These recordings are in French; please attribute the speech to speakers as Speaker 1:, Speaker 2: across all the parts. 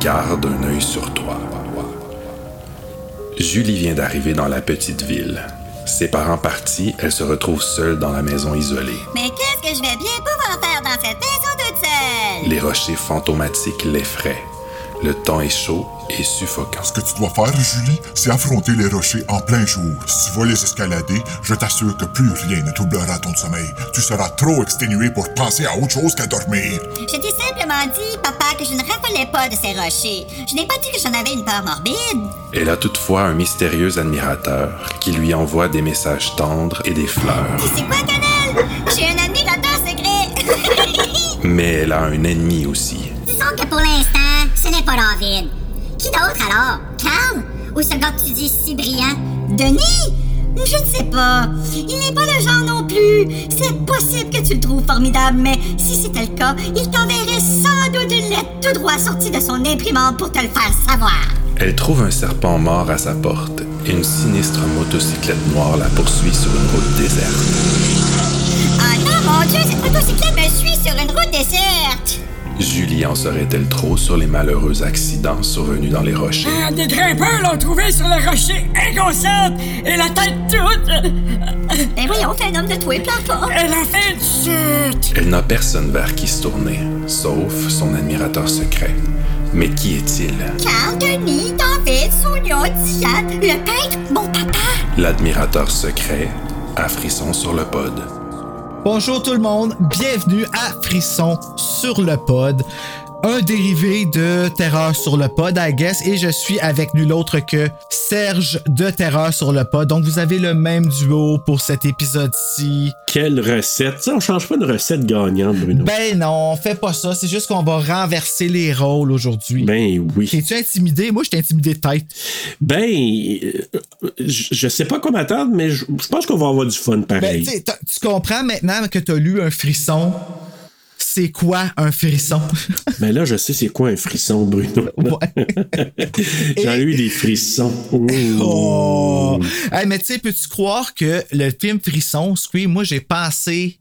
Speaker 1: garde un œil sur toi. Julie vient d'arriver dans la petite ville. Ses parents partis, elle se retrouve seule dans la maison isolée.
Speaker 2: Mais qu'est-ce que je vais bien pouvoir faire dans cette maison toute seule?
Speaker 1: Les rochers fantomatiques l'effraient. Le temps est chaud et suffocant.
Speaker 3: Ce que tu dois faire, Julie, c'est affronter les rochers en plein jour. Si tu vas les escalader, je t'assure que plus rien ne troublera ton sommeil. Tu seras trop exténué pour penser à autre chose qu'à dormir.
Speaker 2: Je t'ai simplement dit, papa, que je ne raffolais pas de ces rochers. Je n'ai pas dit que j'en avais une peur morbide.
Speaker 1: Elle a toutefois un mystérieux admirateur qui lui envoie des messages tendres et des fleurs.
Speaker 2: Tu sais quoi, Connell? J'ai un admirateur secret.
Speaker 1: Mais elle a un ennemi aussi.
Speaker 4: Disons que pour l'instant, ce n'est pas David. Qui d'autre alors? Carl? Ou ce gars que tu dis si brillant?
Speaker 2: Denis? Je ne sais pas. Il n'est pas le genre non plus. C'est possible que tu le trouves formidable, mais si c'était le cas, il t'enverrait sans doute une lettre tout droit sortie de son imprimante pour te le faire savoir.
Speaker 1: Elle trouve un serpent mort à sa porte et une sinistre motocyclette noire la poursuit sur une route déserte.
Speaker 2: Ah non, mon Dieu, cette motocyclette me suit sur une route déserte.
Speaker 1: Julie en saurait-elle trop sur les malheureux accidents survenus dans les rochers?
Speaker 5: Ah, des grimpeurs l'ont trouvé sur le rocher inconsciente et la tête toute. euh,
Speaker 2: Ben voyons, fais un homme de toi et pas.
Speaker 5: Elle a fait une chute.
Speaker 1: Elle n'a personne vers qui se tourner, sauf son admirateur secret. Mais qui est-il?
Speaker 2: Carl, Denis, David, Sonia, Diane, le peintre, mon papa.
Speaker 1: L'admirateur secret a frisson sur le pod.
Speaker 6: Bonjour tout le monde, bienvenue à Frisson sur le pod. Un dérivé de Terreur sur le pod, I guess, et je suis avec nul autre que Serge de Terreur sur le pod. Donc vous avez le même duo pour cet épisode-ci.
Speaker 7: Quelle recette? Ça, on change pas une recette gagnante, Bruno.
Speaker 6: Ben non, on fait pas ça. C'est juste qu'on va renverser les rôles aujourd'hui.
Speaker 7: Ben oui.
Speaker 6: T'es-tu intimidé? Moi, je suis intimidé de tête.
Speaker 7: Ben, euh, je je sais pas quoi m'attendre, mais je je pense qu'on va avoir du fun
Speaker 6: Ben,
Speaker 7: pareil.
Speaker 6: tu sais, t'as- tu comprends maintenant que t'as lu un frisson. C'est quoi un frisson?
Speaker 7: Mais Ben là, je sais c'est quoi un frisson, Bruno.
Speaker 6: Ouais.
Speaker 7: J'en ai eu des frissons. Ouh.
Speaker 6: Oh! Hey, mais tu sais, peux-tu croire que le film Frisson, Scream, moi, j'ai pensé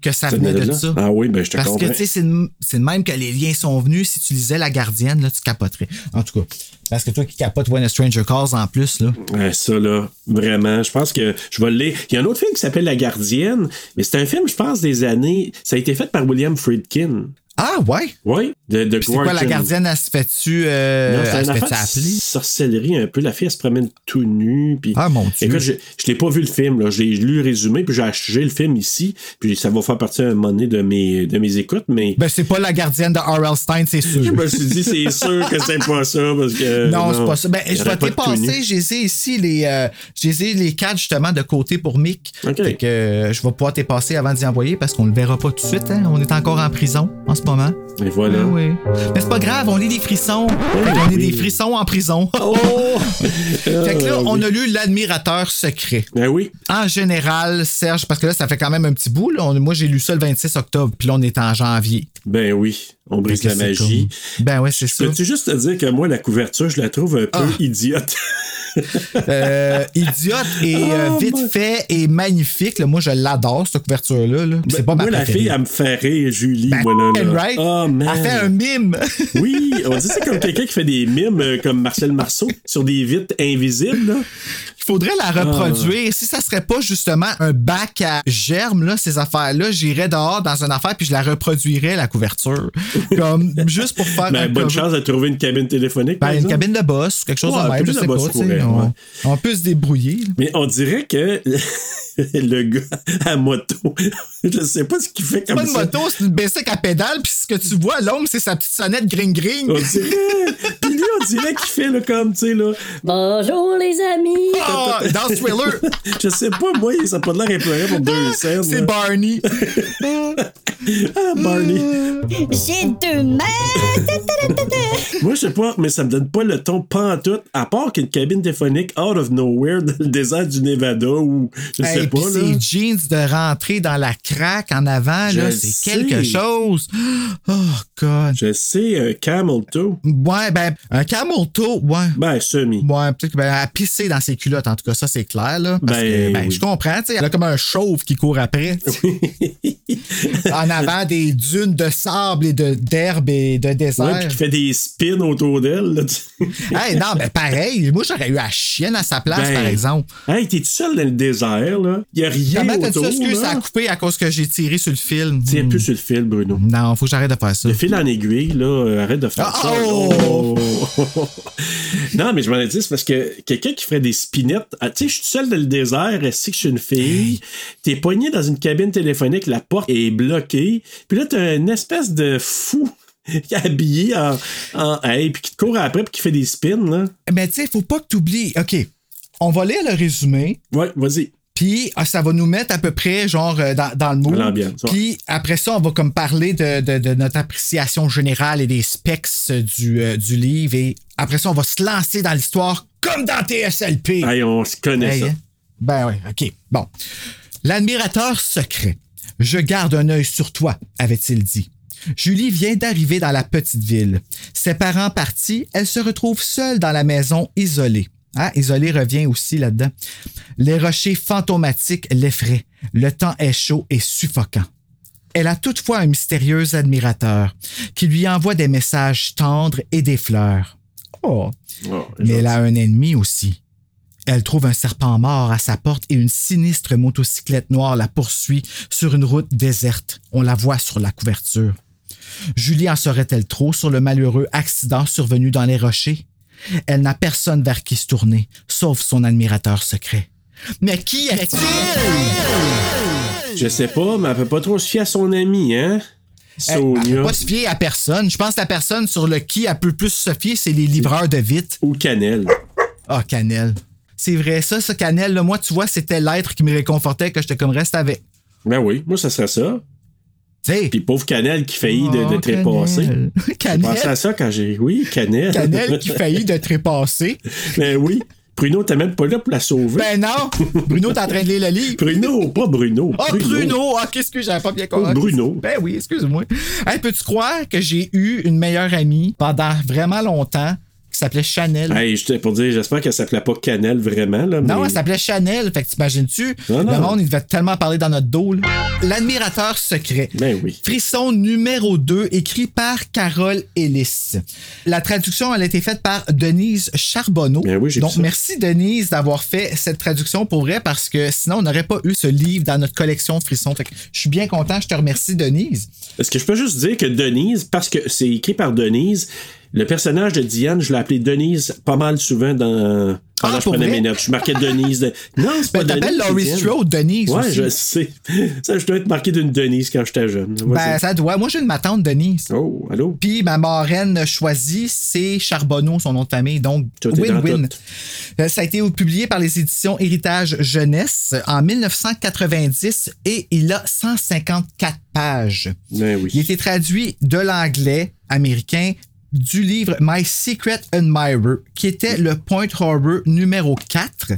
Speaker 6: que ça venait de
Speaker 7: là?
Speaker 6: ça.
Speaker 7: Ah oui, ben je te
Speaker 6: Parce
Speaker 7: comprends.
Speaker 6: que, tu sais, c'est de- c'est de même que les liens sont venus. Si tu lisais La Gardienne, là, tu capoterais. En tout cas, parce que toi qui capotes When a Stranger Calls en plus, là.
Speaker 7: Ouais, ça, là, vraiment, je pense que je vais le lire. Il y a un autre film qui s'appelle La Gardienne, mais c'est un film, je pense, des années. Ça a été fait par William Friedkin.
Speaker 6: Ah, ouais?
Speaker 7: Oui, de, de
Speaker 6: Puis c'est quoi, La
Speaker 7: Gorgon.
Speaker 6: Gardienne, elle se fait-tu euh,
Speaker 7: Non,
Speaker 6: elle
Speaker 7: c'est un
Speaker 6: se fait-tu
Speaker 7: affaire de
Speaker 6: appeler?
Speaker 7: sorcellerie un peu. La fille, elle se promène tout nue. Puis...
Speaker 6: Ah, mon Dieu.
Speaker 7: Écoute, je ne l'ai pas vu le film. Là. Je l'ai lu le résumé, puis j'ai acheté le film ici. Puis ça va faire partie à un moment donné de mes, de mes écoutes, mais
Speaker 6: Ben, c'est pas La Gardienne de R.L. Stein, c'est sûr.
Speaker 7: je me suis dit, c'est sûr que c'est pas ça. Parce que,
Speaker 6: Non, c'est pas ça. Ben,
Speaker 7: Euh, il y
Speaker 6: je
Speaker 7: aurait
Speaker 6: vais
Speaker 7: pas
Speaker 6: t'y
Speaker 7: de tout nu.
Speaker 6: passer. J'ai ici les, euh, j'ai essayé les quatre justement de côté pour Mick.
Speaker 7: OK.
Speaker 6: Fait que euh, je vais pouvoir t'y passer avant d'y envoyer parce qu'on le verra pas tout de suite. hein. On est encore en prison en ce moment.
Speaker 7: Et voilà.
Speaker 6: Ah oui. Mais c'est pas grave, on lit des frissons. Fait qu'on est
Speaker 7: oui.
Speaker 6: des frissons en prison.
Speaker 7: Oh!
Speaker 6: fait que là,
Speaker 7: Ah,
Speaker 6: on
Speaker 7: oui.
Speaker 6: a lu L'admirateur secret.
Speaker 7: Ben oui.
Speaker 6: En général, Serge, parce que là, ça fait quand même un petit bout. là. On- moi, j'ai lu ça le 26 octobre, puis là, on est en janvier.
Speaker 7: Ben oui, on brise
Speaker 6: Fait
Speaker 7: la
Speaker 6: que c'est
Speaker 7: magie.
Speaker 6: comme- Ben ouais, c'est ça.
Speaker 7: Peux-tu juste te dire que moi, la couverture, je la trouve un peu
Speaker 6: Ah.
Speaker 7: idiote.
Speaker 6: Euh, idiote et euh,
Speaker 7: Oh,
Speaker 6: vite
Speaker 7: mon-
Speaker 6: fait et magnifique. là. moi, je l'adore, cette couverture-là. là. C'est pas ma
Speaker 7: Ben, moi, la
Speaker 6: préférée.
Speaker 7: fille, elle me fait rire, Julie.
Speaker 6: Ben,
Speaker 7: moi, là, là.
Speaker 6: right?
Speaker 7: Oh, man.
Speaker 6: Elle fait un mime.
Speaker 7: Oui, on dit c'est comme quelqu'un qui fait des mimes euh, comme Marcel Marceau sur des vitres invisibles. là.
Speaker 6: Il faudrait la reproduire. Si ça serait pas justement un bac à germes, là, ces affaires-là, j'irais dehors dans une affaire puis je la reproduirais, la couverture. Comme juste pour faire un
Speaker 7: Ben, bonne
Speaker 6: cover.
Speaker 7: chance de trouver une cabine téléphonique. par
Speaker 6: Ah, Ben, une
Speaker 7: exemple.
Speaker 6: cabine de boss, quelque chose
Speaker 7: Ouais,
Speaker 6: de
Speaker 7: un
Speaker 6: même,
Speaker 7: peu
Speaker 6: je
Speaker 7: de
Speaker 6: sais pas.
Speaker 7: boss
Speaker 6: tu sais,
Speaker 7: pourrait,
Speaker 6: on,
Speaker 7: ouais.
Speaker 6: on peut se débrouiller. là.
Speaker 7: Mais on dirait que le gars à moto, je sais pas ce qu'il fait
Speaker 6: C'est
Speaker 7: comme
Speaker 6: pas une
Speaker 7: ça.
Speaker 6: moto, c'est une bicycle à pédale, puis ce que tu vois à l'ombre, c'est sa petite sonnette gring-gring.
Speaker 7: On dirait. Puis lui, on dirait qu'il fait là, comme, tu sais, là.
Speaker 8: Bonjour les amis!
Speaker 6: Ah, dans Thriller,
Speaker 7: Je sais pas, moi, ça a pas de l'air éploré pour deux scènes.
Speaker 6: Ah, c'est
Speaker 7: là.
Speaker 6: Barney.
Speaker 7: Ah, Barney.
Speaker 2: J'ai deux mains.
Speaker 7: Moi, je sais pas, mais ça me donne pas le ton pantoute, à part qu'une cabine téléphonique out of nowhere dans le désert du Nevada ou je sais savais
Speaker 6: Ben, puis
Speaker 7: pas, là.
Speaker 6: ses jeans de rentrer dans la craque en avant,
Speaker 7: Je
Speaker 6: là,
Speaker 7: le
Speaker 6: c'est
Speaker 7: sais.
Speaker 6: quelque chose. Oh, God.
Speaker 7: Je sais, euh, Camel Toe.
Speaker 6: Ouais, ben, un camel toe, ouais.
Speaker 7: Ben, semi.
Speaker 6: Ouais, peut-être qu'elle a pissé dans ses culottes, en tout cas, ça c'est clair, là. Parce
Speaker 7: Ben,
Speaker 6: que, ben,
Speaker 7: oui.
Speaker 6: je comprends, tu sais, elle a comme un chauve qui court après, tu sais, en avant des dunes de sable et de- d'herbe et de désert.
Speaker 7: Ouais, puis qui fait des spins autour d'elle. là, tu-
Speaker 6: Hey, non, mais pareil, moi j'aurais eu à chienne à sa place,
Speaker 7: Ben,
Speaker 6: par exemple.
Speaker 7: Hey, t'es tout seul dans le désert, là. Y a rien
Speaker 6: Comment t'as dit
Speaker 7: autour.
Speaker 6: ça, excuse, ça
Speaker 7: là.
Speaker 6: a coupé à cause que j'ai tiré sur le film.
Speaker 7: Tiens
Speaker 6: Hmm.
Speaker 7: plus sur le fil, Bruno.
Speaker 6: Non, faut que j'arrête de faire ça.
Speaker 7: Le fil en aiguille, là, euh, arrête de faire
Speaker 6: Ah,
Speaker 7: ça.
Speaker 6: oh!
Speaker 7: Oh! non, mais je m'en ai dit, c'est parce que quelqu'un qui ferait des spinettes, ah, tu sais, je suis tout seul dans le désert, si que je suis une fille, t'es poigné dans une cabine téléphonique, la porte est bloquée, puis là, t'as une espèce de fou habillé en, en hey, puis qui te court après, puis qui fait des spins, là.
Speaker 6: Mais tu sais, faut pas que t'oublies. OK, on va lire le résumé.
Speaker 7: Ouais, vas-y.
Speaker 6: Puis ah, ça va nous mettre à peu près genre euh, dans, dans le mood.
Speaker 7: Dans l'ambiance, ouais.
Speaker 6: Puis après ça, on va comme parler de, de- de notre appréciation générale et des specs euh, du, euh, du livre. Et après ça, on va se lancer dans l'histoire comme dans TSLP.
Speaker 7: Hey, on se connaît
Speaker 6: Hey,
Speaker 7: ça.
Speaker 6: hein? Ben oui, OK. Bon. L'admirateur secret. Je garde un œil sur toi, avait-il dit. Julie vient d'arriver dans la petite ville. Ses parents partis, elle se retrouve seule dans la maison isolée. Ah, isolée revient aussi là-dedans. Les rochers fantomatiques l'effraient. Le temps est chaud et suffocant. Elle a toutefois un mystérieux admirateur qui lui envoie des messages tendres et des fleurs. Oh,
Speaker 7: Oh,
Speaker 6: mais elle a un ennemi aussi. Elle trouve un serpent mort à sa porte et une sinistre motocyclette noire la poursuit sur une route déserte. On la voit sur la couverture. Julie en saurait-elle trop sur le malheureux accident survenu dans les rochers? Elle n'a personne vers qui se tourner, sauf son admirateur secret. Mais qui est-il?
Speaker 7: Je sais pas, mais elle peut pas trop se fier à son ami, hein?
Speaker 6: Elle ne peut
Speaker 7: Sonia
Speaker 6: pas se fier à personne. Je pense que la personne sur le qui elle peut plus se fier, c'est les livreurs de vite.
Speaker 7: ou Canel.
Speaker 6: Ah, Canel. C'est vrai, ça, ce Canel, là, moi, tu vois, c'était l'être qui me réconfortait que j'étais comme reste avec.
Speaker 7: Ben oui, moi, ça serait ça.
Speaker 6: Tu sais.
Speaker 7: Puis pauvre Canel qui faillit de, de
Speaker 6: Oh,
Speaker 7: trépasser.
Speaker 6: Canel.
Speaker 7: Je pensais
Speaker 6: Canel,
Speaker 7: à ça quand j'ai. Oui, Canel.
Speaker 6: Canel qui faillit de trépasser.
Speaker 7: ben oui. Bruno, t'es même pas là pour la sauver.
Speaker 6: Ben non! Bruno, t'es en train de lire le livre.
Speaker 7: Bruno, pas Bruno.
Speaker 6: Ah, Bruno! Ah, qu'est-ce que j'avais pas bien compris?
Speaker 7: Oh, Bruno.
Speaker 6: Ben oui, excuse-moi. Hey, peux-tu croire que j'ai eu une meilleure amie pendant vraiment longtemps qui s'appelait Chanel?
Speaker 7: Hey, j'étais pour dire, j'espère qu'elle s'appelait pas Canel vraiment. Là,
Speaker 6: Non,
Speaker 7: mais-
Speaker 6: elle s'appelait Chanel. Fait que t'imagines-tu?
Speaker 7: Non, non.
Speaker 6: Le monde, il devait tellement parler dans notre dos. là. L'admirateur secret.
Speaker 7: Ben oui.
Speaker 6: Frisson numéro 2, écrit par Carole Ellis. La traduction, elle a été faite par Denise Charbonneau.
Speaker 7: Ben oui, j'ai vu
Speaker 6: Donc,
Speaker 7: ça.
Speaker 6: merci Denise d'avoir fait cette traduction pour vrai parce que sinon, on n'aurait pas eu ce livre dans notre collection Frisson. Fait que je suis bien content. Je te remercie, Denise.
Speaker 7: Est-ce que je peux juste dire que Denise, parce que c'est écrit par Denise, le personnage de Diane, je l'ai appelé Denise pas mal souvent dans. Pendant
Speaker 6: Ah,
Speaker 7: que je
Speaker 6: pour
Speaker 7: prenais
Speaker 6: vrai?
Speaker 7: mes notes. Je marquais Denise. de- Non, c'est pas
Speaker 6: Ben, t'appelles
Speaker 7: Denise. c'est
Speaker 6: Laurie
Speaker 7: Diane.
Speaker 6: Strode Denise
Speaker 7: Ouais,
Speaker 6: aussi.
Speaker 7: je sais. Ça, je dois être marqué d'une Denise quand j'étais jeune.
Speaker 6: Ben,
Speaker 7: Vas-y.
Speaker 6: ça doit. Moi, j'ai une ma tante Denise.
Speaker 7: Oh, allô?
Speaker 6: Puis ma marraine choisie, c'est Charbonneau, son nom de famille. Donc,
Speaker 7: Tout est dans
Speaker 6: win-win.
Speaker 7: tout.
Speaker 6: Euh, Ça a été publié par les éditions Héritage Jeunesse en 1990 et il a 154 pages.
Speaker 7: Ben oui.
Speaker 6: Il a été traduit de l'anglais américain du livre My Secret Admirer, qui était le point horror numéro 4,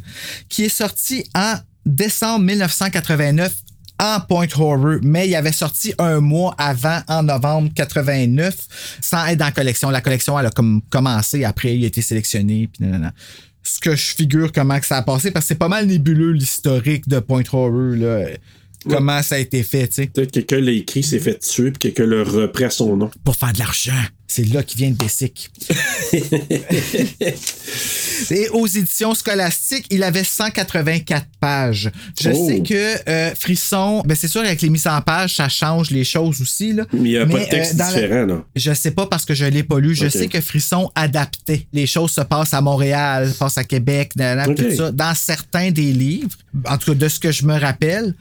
Speaker 6: qui est sorti en décembre 1989 en point horror, mais il avait sorti un mois avant, en novembre 89, sans être dans la collection. La collection, elle a comme commencé, après, il a été sélectionné, puis nanana. Ce que je figure comment que ça a passé, parce que c'est pas mal nébuleux l'historique de point horror, là. Comment ça a été fait, tu sais
Speaker 7: Peut-être que quelqu'un l'a écrit, s'est fait tuer, puis quelqu'un le repris à son nom.
Speaker 6: pour faire de l'argent. C'est là qui vient le basic. Et aux éditions scolastiques, il avait 184 pages. Je
Speaker 7: Oh.
Speaker 6: sais que euh, Frisson, ben c'est sûr avec les mises en page, ça change les choses aussi. Là.
Speaker 7: Mais il n'y a pas de texte
Speaker 6: euh, dans la-
Speaker 7: différent, non?
Speaker 6: Je sais pas parce que je l'ai pas lu. Je
Speaker 7: Ok.
Speaker 6: sais que Frisson adaptait. Les choses se passent à Montréal, se passent à Québec, nanana,
Speaker 7: Ok.
Speaker 6: tout ça, dans certains des livres, en tout cas de ce que je me rappelle.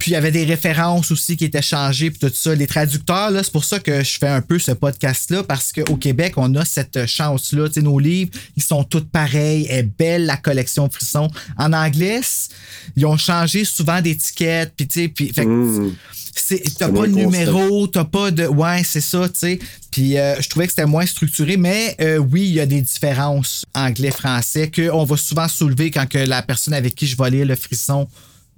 Speaker 6: Puis il y avait des références aussi qui étaient changées, puis tout ça. Les traducteurs, là, c'est pour ça que je fais un peu ce podcast-là, parce qu'au Québec, on a cette chance-là. Tu sais, nos livres, ils sont tous pareils. Elle est belle, la collection Frisson. En anglais, c- ils ont changé souvent d'étiquette, puis tu sais, puis... fait que
Speaker 7: Mm. Hmm.
Speaker 6: c'est- T'as pas
Speaker 7: C'est moins
Speaker 6: de
Speaker 7: constant.
Speaker 6: numéro, Oh, t'as pas de. Ouais, c'est ça, tu sais. Puis euh, je trouvais que c'était moins structuré, mais euh, oui, il y a des différences anglais-français qu'on va souvent soulever quand que la personne avec qui je vais lire le frisson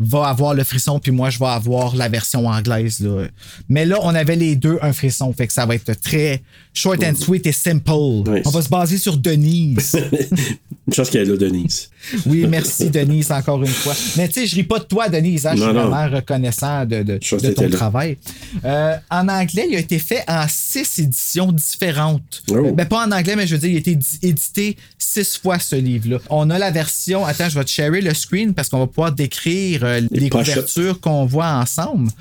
Speaker 6: va avoir le frisson, puis moi, je vais avoir la version anglaise. là. Mais là, on avait les deux un frisson, fait que ça va être très short and sweet et simple.
Speaker 7: Nice.
Speaker 6: On va se baser sur Denise.
Speaker 7: Une chose qu'elle a, Denise.
Speaker 6: Oui, merci Denise encore une fois. Mais tu sais, je ris pas de toi, Denise. hein, je suis
Speaker 7: Non, non.
Speaker 6: vraiment reconnaissant de, de-
Speaker 7: Je sais
Speaker 6: de ton
Speaker 7: que t'étais là.
Speaker 6: travail. Euh, en anglais, il a été fait en six éditions différentes.
Speaker 7: Oh.
Speaker 6: Euh, ben, pas en anglais, mais je veux dire, il a été di- édité six fois ce livre-là. On a la version. Attends, je vais te sharer le screen parce qu'on va pouvoir décrire euh, les,
Speaker 7: Les pochettes.
Speaker 6: couvertures qu'on voit ensemble.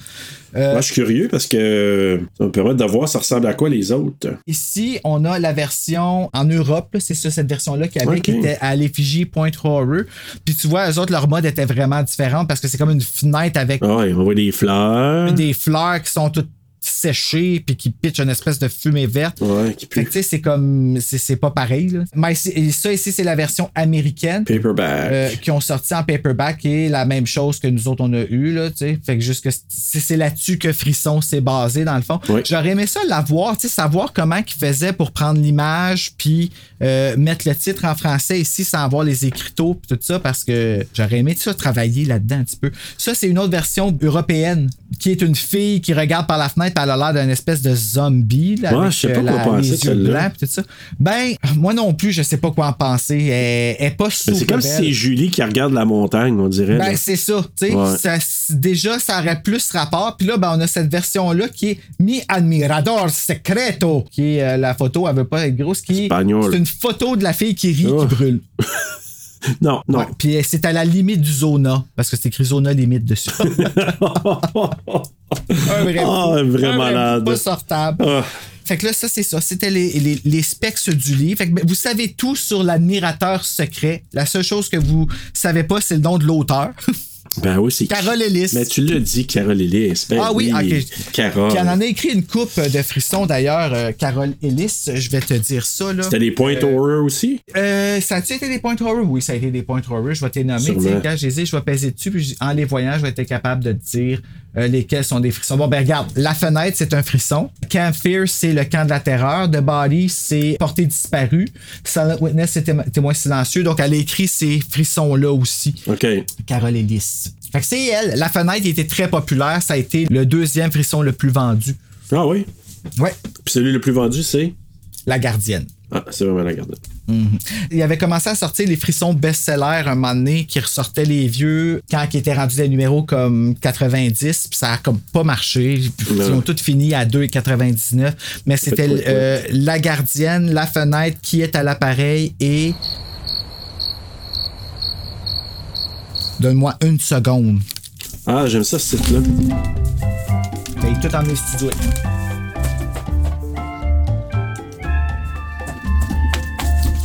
Speaker 7: Moi, je suis curieux parce que euh, ça me permet de voir ça ressemble à quoi les autres.
Speaker 6: Ici, on a la version en Europe, là, c'est ça, cette version-là qu'il y avait,
Speaker 7: Ok.
Speaker 6: qui était à l'effigie Point Horror. Puis tu vois, eux autres, leur mode était vraiment différent parce que c'est comme une fenêtre avec
Speaker 7: Ah ouais, on voit des fleurs.
Speaker 6: des fleurs qui sont toutes séchées puis qui pitchent une espèce de fumée verte.
Speaker 7: Ouais, qui
Speaker 6: Fait que
Speaker 7: pue.
Speaker 6: tu sais, c'est comme. C'est c'est pas pareil. Là. Mais c'est- et ça ici, c'est la version américaine.
Speaker 7: Paperback.
Speaker 6: euh, qui ont sorti en paperback et la même chose que nous autres on a eu là, tu sais. Fait que juste que c'est c'est là-dessus que Frisson s'est basé dans le fond.
Speaker 7: Oui.
Speaker 6: J'aurais aimé ça l'avoir, tu sais, savoir comment qu'ils faisaient pour prendre l'image puis euh, mettre le titre en français ici sans avoir les écriteaux puis tout ça parce que j'aurais aimé ça travailler là-dedans un petit peu. Ça c'est une autre version européenne qui est une fille qui regarde par la fenêtre, puis elle a l'air d'une espèce de zombie là,
Speaker 7: Ouais,
Speaker 6: avec,
Speaker 7: je sais pas
Speaker 6: euh,
Speaker 7: quoi
Speaker 6: la-
Speaker 7: penser
Speaker 6: les
Speaker 7: de
Speaker 6: yeux
Speaker 7: celle-là.
Speaker 6: blancs puis tout ça. Ben moi non plus, je sais pas quoi en penser. Elle, elle est pas
Speaker 7: Mais Ben, c'est comme si
Speaker 6: rebelle.
Speaker 7: c'est Julie qui regarde la montagne, on dirait. là.
Speaker 6: Ben, c'est ça, tu sais.
Speaker 7: Ouais.
Speaker 6: ça- c- Déjà, ça aurait plus rapport. Puis là, ben, on a cette version-là qui est Mi Admirador Secreto, qui est euh, la photo, elle veut pas être grosse, qui est
Speaker 7: Espagnol.
Speaker 6: c'est une photo de la fille qui rit,
Speaker 7: Oh.
Speaker 6: qui brûle.
Speaker 7: Non, non.
Speaker 6: Ouais, Puis euh, c'est à la limite du Zona, parce que c'est écrit Zona limite dessus. un vrai,
Speaker 7: Ah,
Speaker 6: fou.
Speaker 7: un vrai
Speaker 6: fou,
Speaker 7: malade.
Speaker 6: Pas sortable.
Speaker 7: Ah,
Speaker 6: Fait que là, ça, c'est ça. C'était les, les, les specs du livre. Fait que ben, vous savez tout sur l'admirateur secret. La seule chose que vous savez pas, c'est le nom de l'auteur.
Speaker 7: ben oui, c'est.
Speaker 6: Carole Ellis.
Speaker 7: Mais tu l'as dit, Carole Ellis. Ben
Speaker 6: Ah oui, ok.
Speaker 7: Carole.
Speaker 6: Puis elle en a écrit une coupe euh, de frissons d'ailleurs, euh, Carole Ellis. Je vais te dire ça là.
Speaker 7: T'as des points horror aussi?
Speaker 6: Euh, ça a-tu été des points horror? Oui, ça a été des points horror. Je vais t'énommer.
Speaker 7: Sûrement.
Speaker 6: Tu sais, Quand je les ai, je vais peser dessus. Puis je- en les voyant, je vais être capable de te dire euh, lesquels sont des frissons. Bon, ben regarde. La fenêtre, c'est un frisson. Camp Fear, c'est le camp de la terreur. The Body, c'est portée disparue. Silent Witness, c'est témo- témoin silencieux. Donc, elle a écrit ces frissons-là aussi.
Speaker 7: OK.
Speaker 6: Carole Ellis. Fait que c'est elle. La fenêtre était très populaire. Ça a été le deuxième frisson le plus vendu.
Speaker 7: Ah oui.
Speaker 6: Ouais.
Speaker 7: Puis celui le plus vendu, c'est.
Speaker 6: La Gardienne.
Speaker 7: Ah, c'est vraiment la garde.
Speaker 6: Il avait commencé à sortir les frissons best-sellers un moment donné qui ressortaient les vieux quand ils étaient rendus des numéros comme 90, puis ça a comme pas marché. Puis Ils ont tous fini à 2,99. Mais c'était
Speaker 7: Faites-toi, toi.
Speaker 6: euh, la gardienne, la fenêtre, qui est à l'appareil et. Donne-moi une seconde.
Speaker 7: Ah, j'aime ça ce titre-là.
Speaker 6: Ben, tout en studio.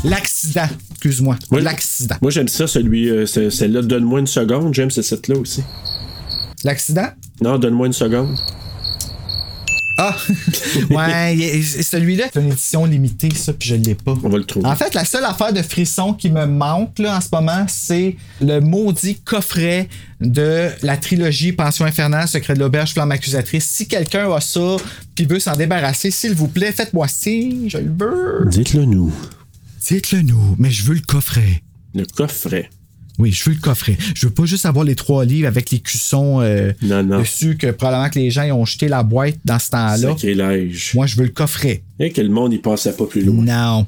Speaker 6: L'accident, excuse-moi.
Speaker 7: Oui.
Speaker 6: L'accident.
Speaker 7: Moi, j'aime ça, celui, euh, ce- celle-là. Donne-moi une seconde. J'aime ce titre-là aussi.
Speaker 6: L'accident?
Speaker 7: Non, donne-moi une seconde.
Speaker 6: Ah! ouais, y- y- celui-là, c'est une édition limitée, ça, puis je l'ai pas.
Speaker 7: On va le trouver.
Speaker 6: En fait, la seule affaire de frisson qui me manque là, en ce moment, c'est le maudit coffret de la trilogie Pension infernale, Secret de l'auberge, Flamme accusatrice. Si quelqu'un a ça, puis veut s'en débarrasser, s'il vous plaît, faites-moi signe, je le veux.
Speaker 7: Dites-le nous.
Speaker 6: Dites-le nous, mais je veux le coffret.
Speaker 7: Le coffret.
Speaker 6: Oui, je veux le coffret. Je veux pas juste avoir les trois livres avec les cuissons euh,
Speaker 7: Non, non.
Speaker 6: dessus que probablement que les gens ils ont jeté la boîte dans ce temps-là.
Speaker 7: Sacrilège.
Speaker 6: Moi, je veux le coffret.
Speaker 7: Et que le monde y passait pas plus loin.
Speaker 6: Non.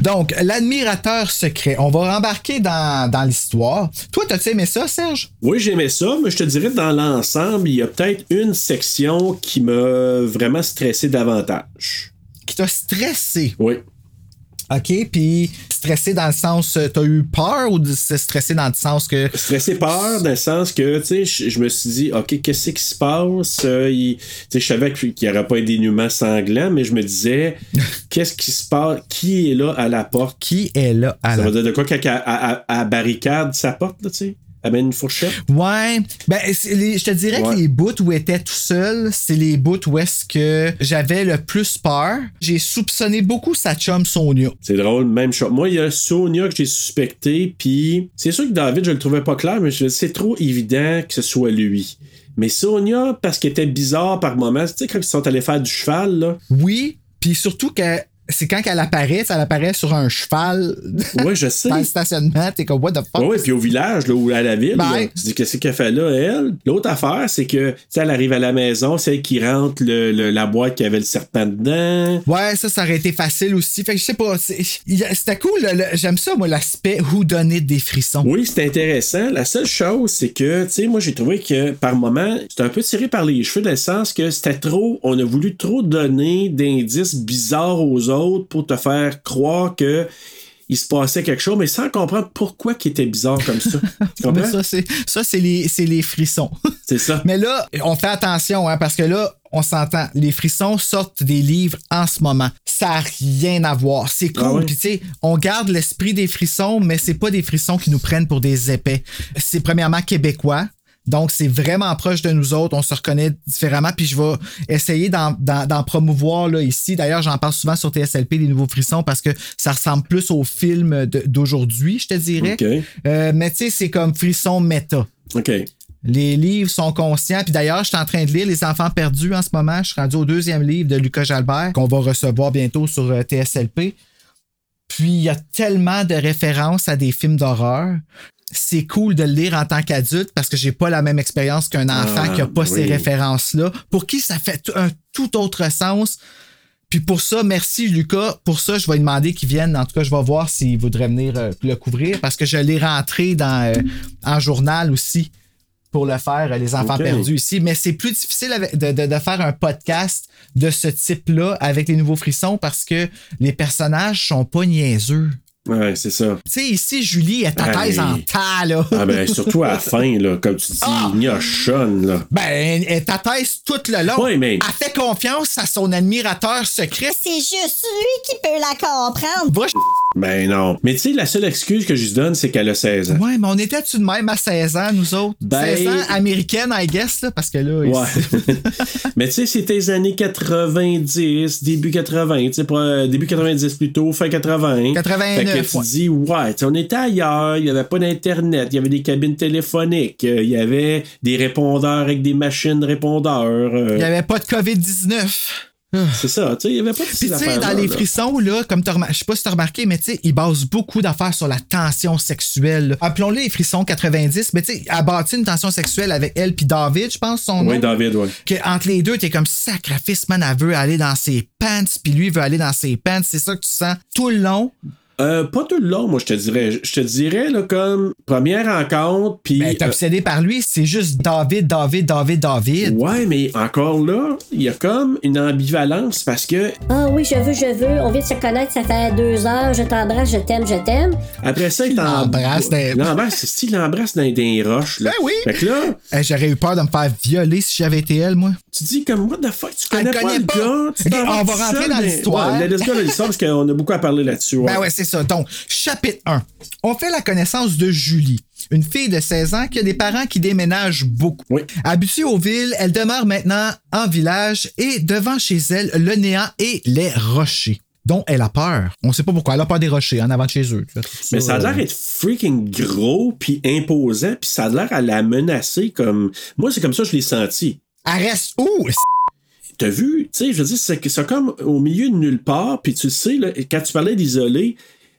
Speaker 6: Donc, l'admirateur secret. On va embarquer dans, dans l'histoire. Toi, t'as-tu aimé ça, Serge?
Speaker 7: Oui, j'aimais ça, mais je te dirais que dans l'ensemble, il y a peut-être une section qui m'a vraiment stressé davantage.
Speaker 6: Qui t'a stressé.
Speaker 7: Oui.
Speaker 6: OK? Puis, stressé dans le sens, euh, t'as eu peur ou c'est stressé dans le sens que.
Speaker 7: Stressé peur, dans le sens que, tu sais, je je me suis dit, OK, qu'est-ce qui se passe? Euh, il- tu sais, je savais qu'il n'y aurait pas eu dénouement sanglant, mais je me disais, qu'est-ce qui se passe? Qui est là à la porte?
Speaker 6: Qui est là à
Speaker 7: Ça
Speaker 6: la
Speaker 7: veut dire de quoi qu'elle qu'elle- elle- elle- elle barricade sa porte, là, tu sais? Elle met une fourchette?
Speaker 6: Ouais. Ben, c'est les- je te dirais
Speaker 7: Ouais.
Speaker 6: que les bouts où était tout seul, c'est les bouts où est-ce que j'avais le plus peur. J'ai soupçonné beaucoup sa chum Sonia.
Speaker 7: C'est drôle, même chose. Moi, il y a Sonia que j'ai suspecté, puis c'est sûr que David, je le trouvais pas clair, mais je me suis dit, c'est trop évident que ce soit lui. Mais Sonia, parce qu'elle était bizarre par moments, tu sais, quand ils sont allés faire du cheval, là,
Speaker 6: Oui, puis surtout qu'elle c'est quand qu'elle apparaît, elle apparaît sur un cheval
Speaker 7: Ouais, je sais.
Speaker 6: dans le stationnement. T'es comme, what the fuck?
Speaker 7: Oui, ouais, puis au village, là, ou à la ville,
Speaker 6: Ah Ben.
Speaker 7: là, tu dis, qu'est-ce qu'elle fait là, elle? L'autre affaire, c'est que, tu sais, elle arrive à la maison, c'est elle qui rentre le, le- la boîte qui avait le serpent dedans.
Speaker 6: Ouais, ça, ça aurait été facile aussi. Fait que je sais pas. c'est- il y a- C'était cool. le- le- J'aime ça, moi, l'aspect où donner des frissons.
Speaker 7: Oui, c'est intéressant. La seule chose, c'est que, tu sais, moi, j'ai trouvé que par moment, c'était un peu tiré par les cheveux dans le sens que c'était trop, on a voulu trop donner d'indices bizarres aux autres pour te faire croire que il se passait quelque chose, mais sans comprendre pourquoi qui était bizarre comme ça. tu
Speaker 6: Mais
Speaker 7: comprends?
Speaker 6: ça, c'est ça, c'est les, c'est les frissons.
Speaker 7: C'est ça.
Speaker 6: Mais là, on fait attention, hein, parce que là, on s'entend. Les frissons sortent des livres en ce moment. Ça n'a rien à voir. C'est cool.
Speaker 7: Ah ouais?
Speaker 6: Puis, tu sais, on garde l'esprit des frissons, mais c'est pas des frissons qui nous prennent pour des épais. C'est premièrement québécois. Donc, c'est vraiment proche de nous autres. On se reconnaît différemment. Puis, je vais essayer d'en- d'en d'en promouvoir là, ici. D'ailleurs, j'en parle souvent sur TSLP, les nouveaux frissons, parce que ça ressemble plus aux films de- d'aujourd'hui, je te dirais.
Speaker 7: OK.
Speaker 6: Euh, mais, tu sais, c'est comme frisson méta.
Speaker 7: OK.
Speaker 6: Les livres sont conscients. Puis d'ailleurs, je suis en train de lire Les Enfants perdus en ce moment. Je suis rendu au deuxième livre de Lucas Jalbert qu'on va recevoir bientôt sur euh, TSLP. Puis il y a tellement de références à des films d'horreur. C'est cool de le lire en tant qu'adulte parce que j'ai pas la même expérience qu'un enfant
Speaker 7: Ah,
Speaker 6: qui a pas
Speaker 7: oui.
Speaker 6: ces références-là. Pour qui ça fait t- un tout autre sens. Puis pour ça, merci Lucas. Pour ça, je vais lui demander qu'il vienne. En tout cas, je vais voir s'il voudrait venir euh, le couvrir parce que je l'ai rentré dans, euh, en journal aussi pour le faire, euh, les enfants
Speaker 7: Ok.
Speaker 6: perdus ici. Mais c'est plus difficile avec- de, de- de faire un podcast de ce type-là avec les nouveaux frissons parce que les personnages sont pas niaiseux.
Speaker 7: Ouais, c'est ça.
Speaker 6: Tu sais, ici, Julie, elle
Speaker 7: Hey.
Speaker 6: t'apaise en tas, là.
Speaker 7: Ah ben, surtout à la fin, là, comme tu dis,
Speaker 6: Ah!
Speaker 7: gnochonne, là.
Speaker 6: Ben, elle t'apaise tout le long.
Speaker 7: Ouais, mais-
Speaker 6: Elle fait confiance à son admirateur secret.
Speaker 2: C'est juste lui qui peut la comprendre.
Speaker 6: Va
Speaker 7: Ben non. Mais tu sais, la seule excuse que je lui donne, c'est qu'elle a 16 ans.
Speaker 6: Ouais, mais on était-tu de même à 16 ans, nous autres?
Speaker 7: Ben-
Speaker 6: 16 ans américaine, I guess, là, parce que là,
Speaker 7: Ouais.
Speaker 6: ici-
Speaker 7: Mais tu sais, c'était les années 90, début 80, tu sais, pour- euh, début 90 plutôt, fin 80.
Speaker 6: 89,
Speaker 7: Fait que tu
Speaker 6: ouais.
Speaker 7: dis, ouais, tu sais, on était ailleurs, il n'y avait pas d'Internet, il y avait des cabines téléphoniques, euh, il y avait des répondeurs avec des machines de répondeurs. euh,
Speaker 6: il n'y avait pas de COVID-19.
Speaker 7: C'est ça, tu sais, il n'y avait pas de
Speaker 6: Puis
Speaker 7: ces
Speaker 6: tu sais,
Speaker 7: affaires-là,
Speaker 6: dans les
Speaker 7: là.
Speaker 6: frissons, là, comme t'as remar- je sais pas si t'as remarqué, mais tu sais, ils basent beaucoup d'affaires sur la tension sexuelle. là. Appelons-les les frissons 90, mais tu sais, elle bâtit une tension sexuelle avec elle puis David, je pense son
Speaker 7: Oui,
Speaker 6: nom.
Speaker 7: David, ouais.
Speaker 6: Que entre les deux, t'es comme sacrifice, man, elle veut aller dans ses pants, puis lui veut aller dans ses pants. C'est ça que tu sens tout le long.
Speaker 7: Euh, pas tout le long, moi, je te dirais. Je te dirais, là, comme première rencontre, puis.
Speaker 6: Ben, t'es
Speaker 7: euh,
Speaker 6: obsédé par lui, c'est juste David, David, David, David.
Speaker 7: ouais, mais encore là, il y a comme une ambivalence parce que
Speaker 8: Ah oui, je veux, je veux. On vient de se connaître, ça fait deux heures. Je t'embrasse, je t'aime, je t'aime.
Speaker 7: après ça, il
Speaker 6: l'embrasse dans-
Speaker 7: L'embrasse, c'est si l'embrasse dans des roches, là.
Speaker 6: Ben oui.
Speaker 7: Fait que là,
Speaker 6: Eh, J'aurais eu peur de me faire violer si j'avais été elle, moi.
Speaker 7: tu dis comme, what the fuck, tu
Speaker 6: Elle
Speaker 7: connais, pas
Speaker 6: connaît
Speaker 7: le
Speaker 6: pas.
Speaker 7: gars, tu t'en
Speaker 6: Ok,
Speaker 7: vas
Speaker 6: on va
Speaker 7: tout
Speaker 6: rentrer
Speaker 7: seul
Speaker 6: dans
Speaker 7: dans-
Speaker 6: l'histoire.
Speaker 7: Ouais, let's go dans l'histoire parce qu'on a beaucoup à parler là-dessus. ouais.
Speaker 6: Ben ouais, c'est ça. Donc, chapitre 1. On fait la connaissance de Julie, une fille de 16 ans qui a des parents qui déménagent beaucoup.
Speaker 7: Oui.
Speaker 6: Habituée aux villes, elle demeure maintenant en village et devant chez elle, le néant et les rochers dont elle a peur. On sait pas pourquoi. Elle a peur des rochers en avant de chez eux.
Speaker 7: Mais ça a l'air
Speaker 6: euh,
Speaker 7: d'être freaking gros, puis imposant, puis ça a l'air à la menacer comme. Moi, c'est comme ça que je l'ai senti.
Speaker 6: Elle reste où?
Speaker 7: T'as vu, tu sais, je veux dire, c'est c'est comme au milieu de nulle part, puis tu le sais, là, quand tu parlais d'isolé,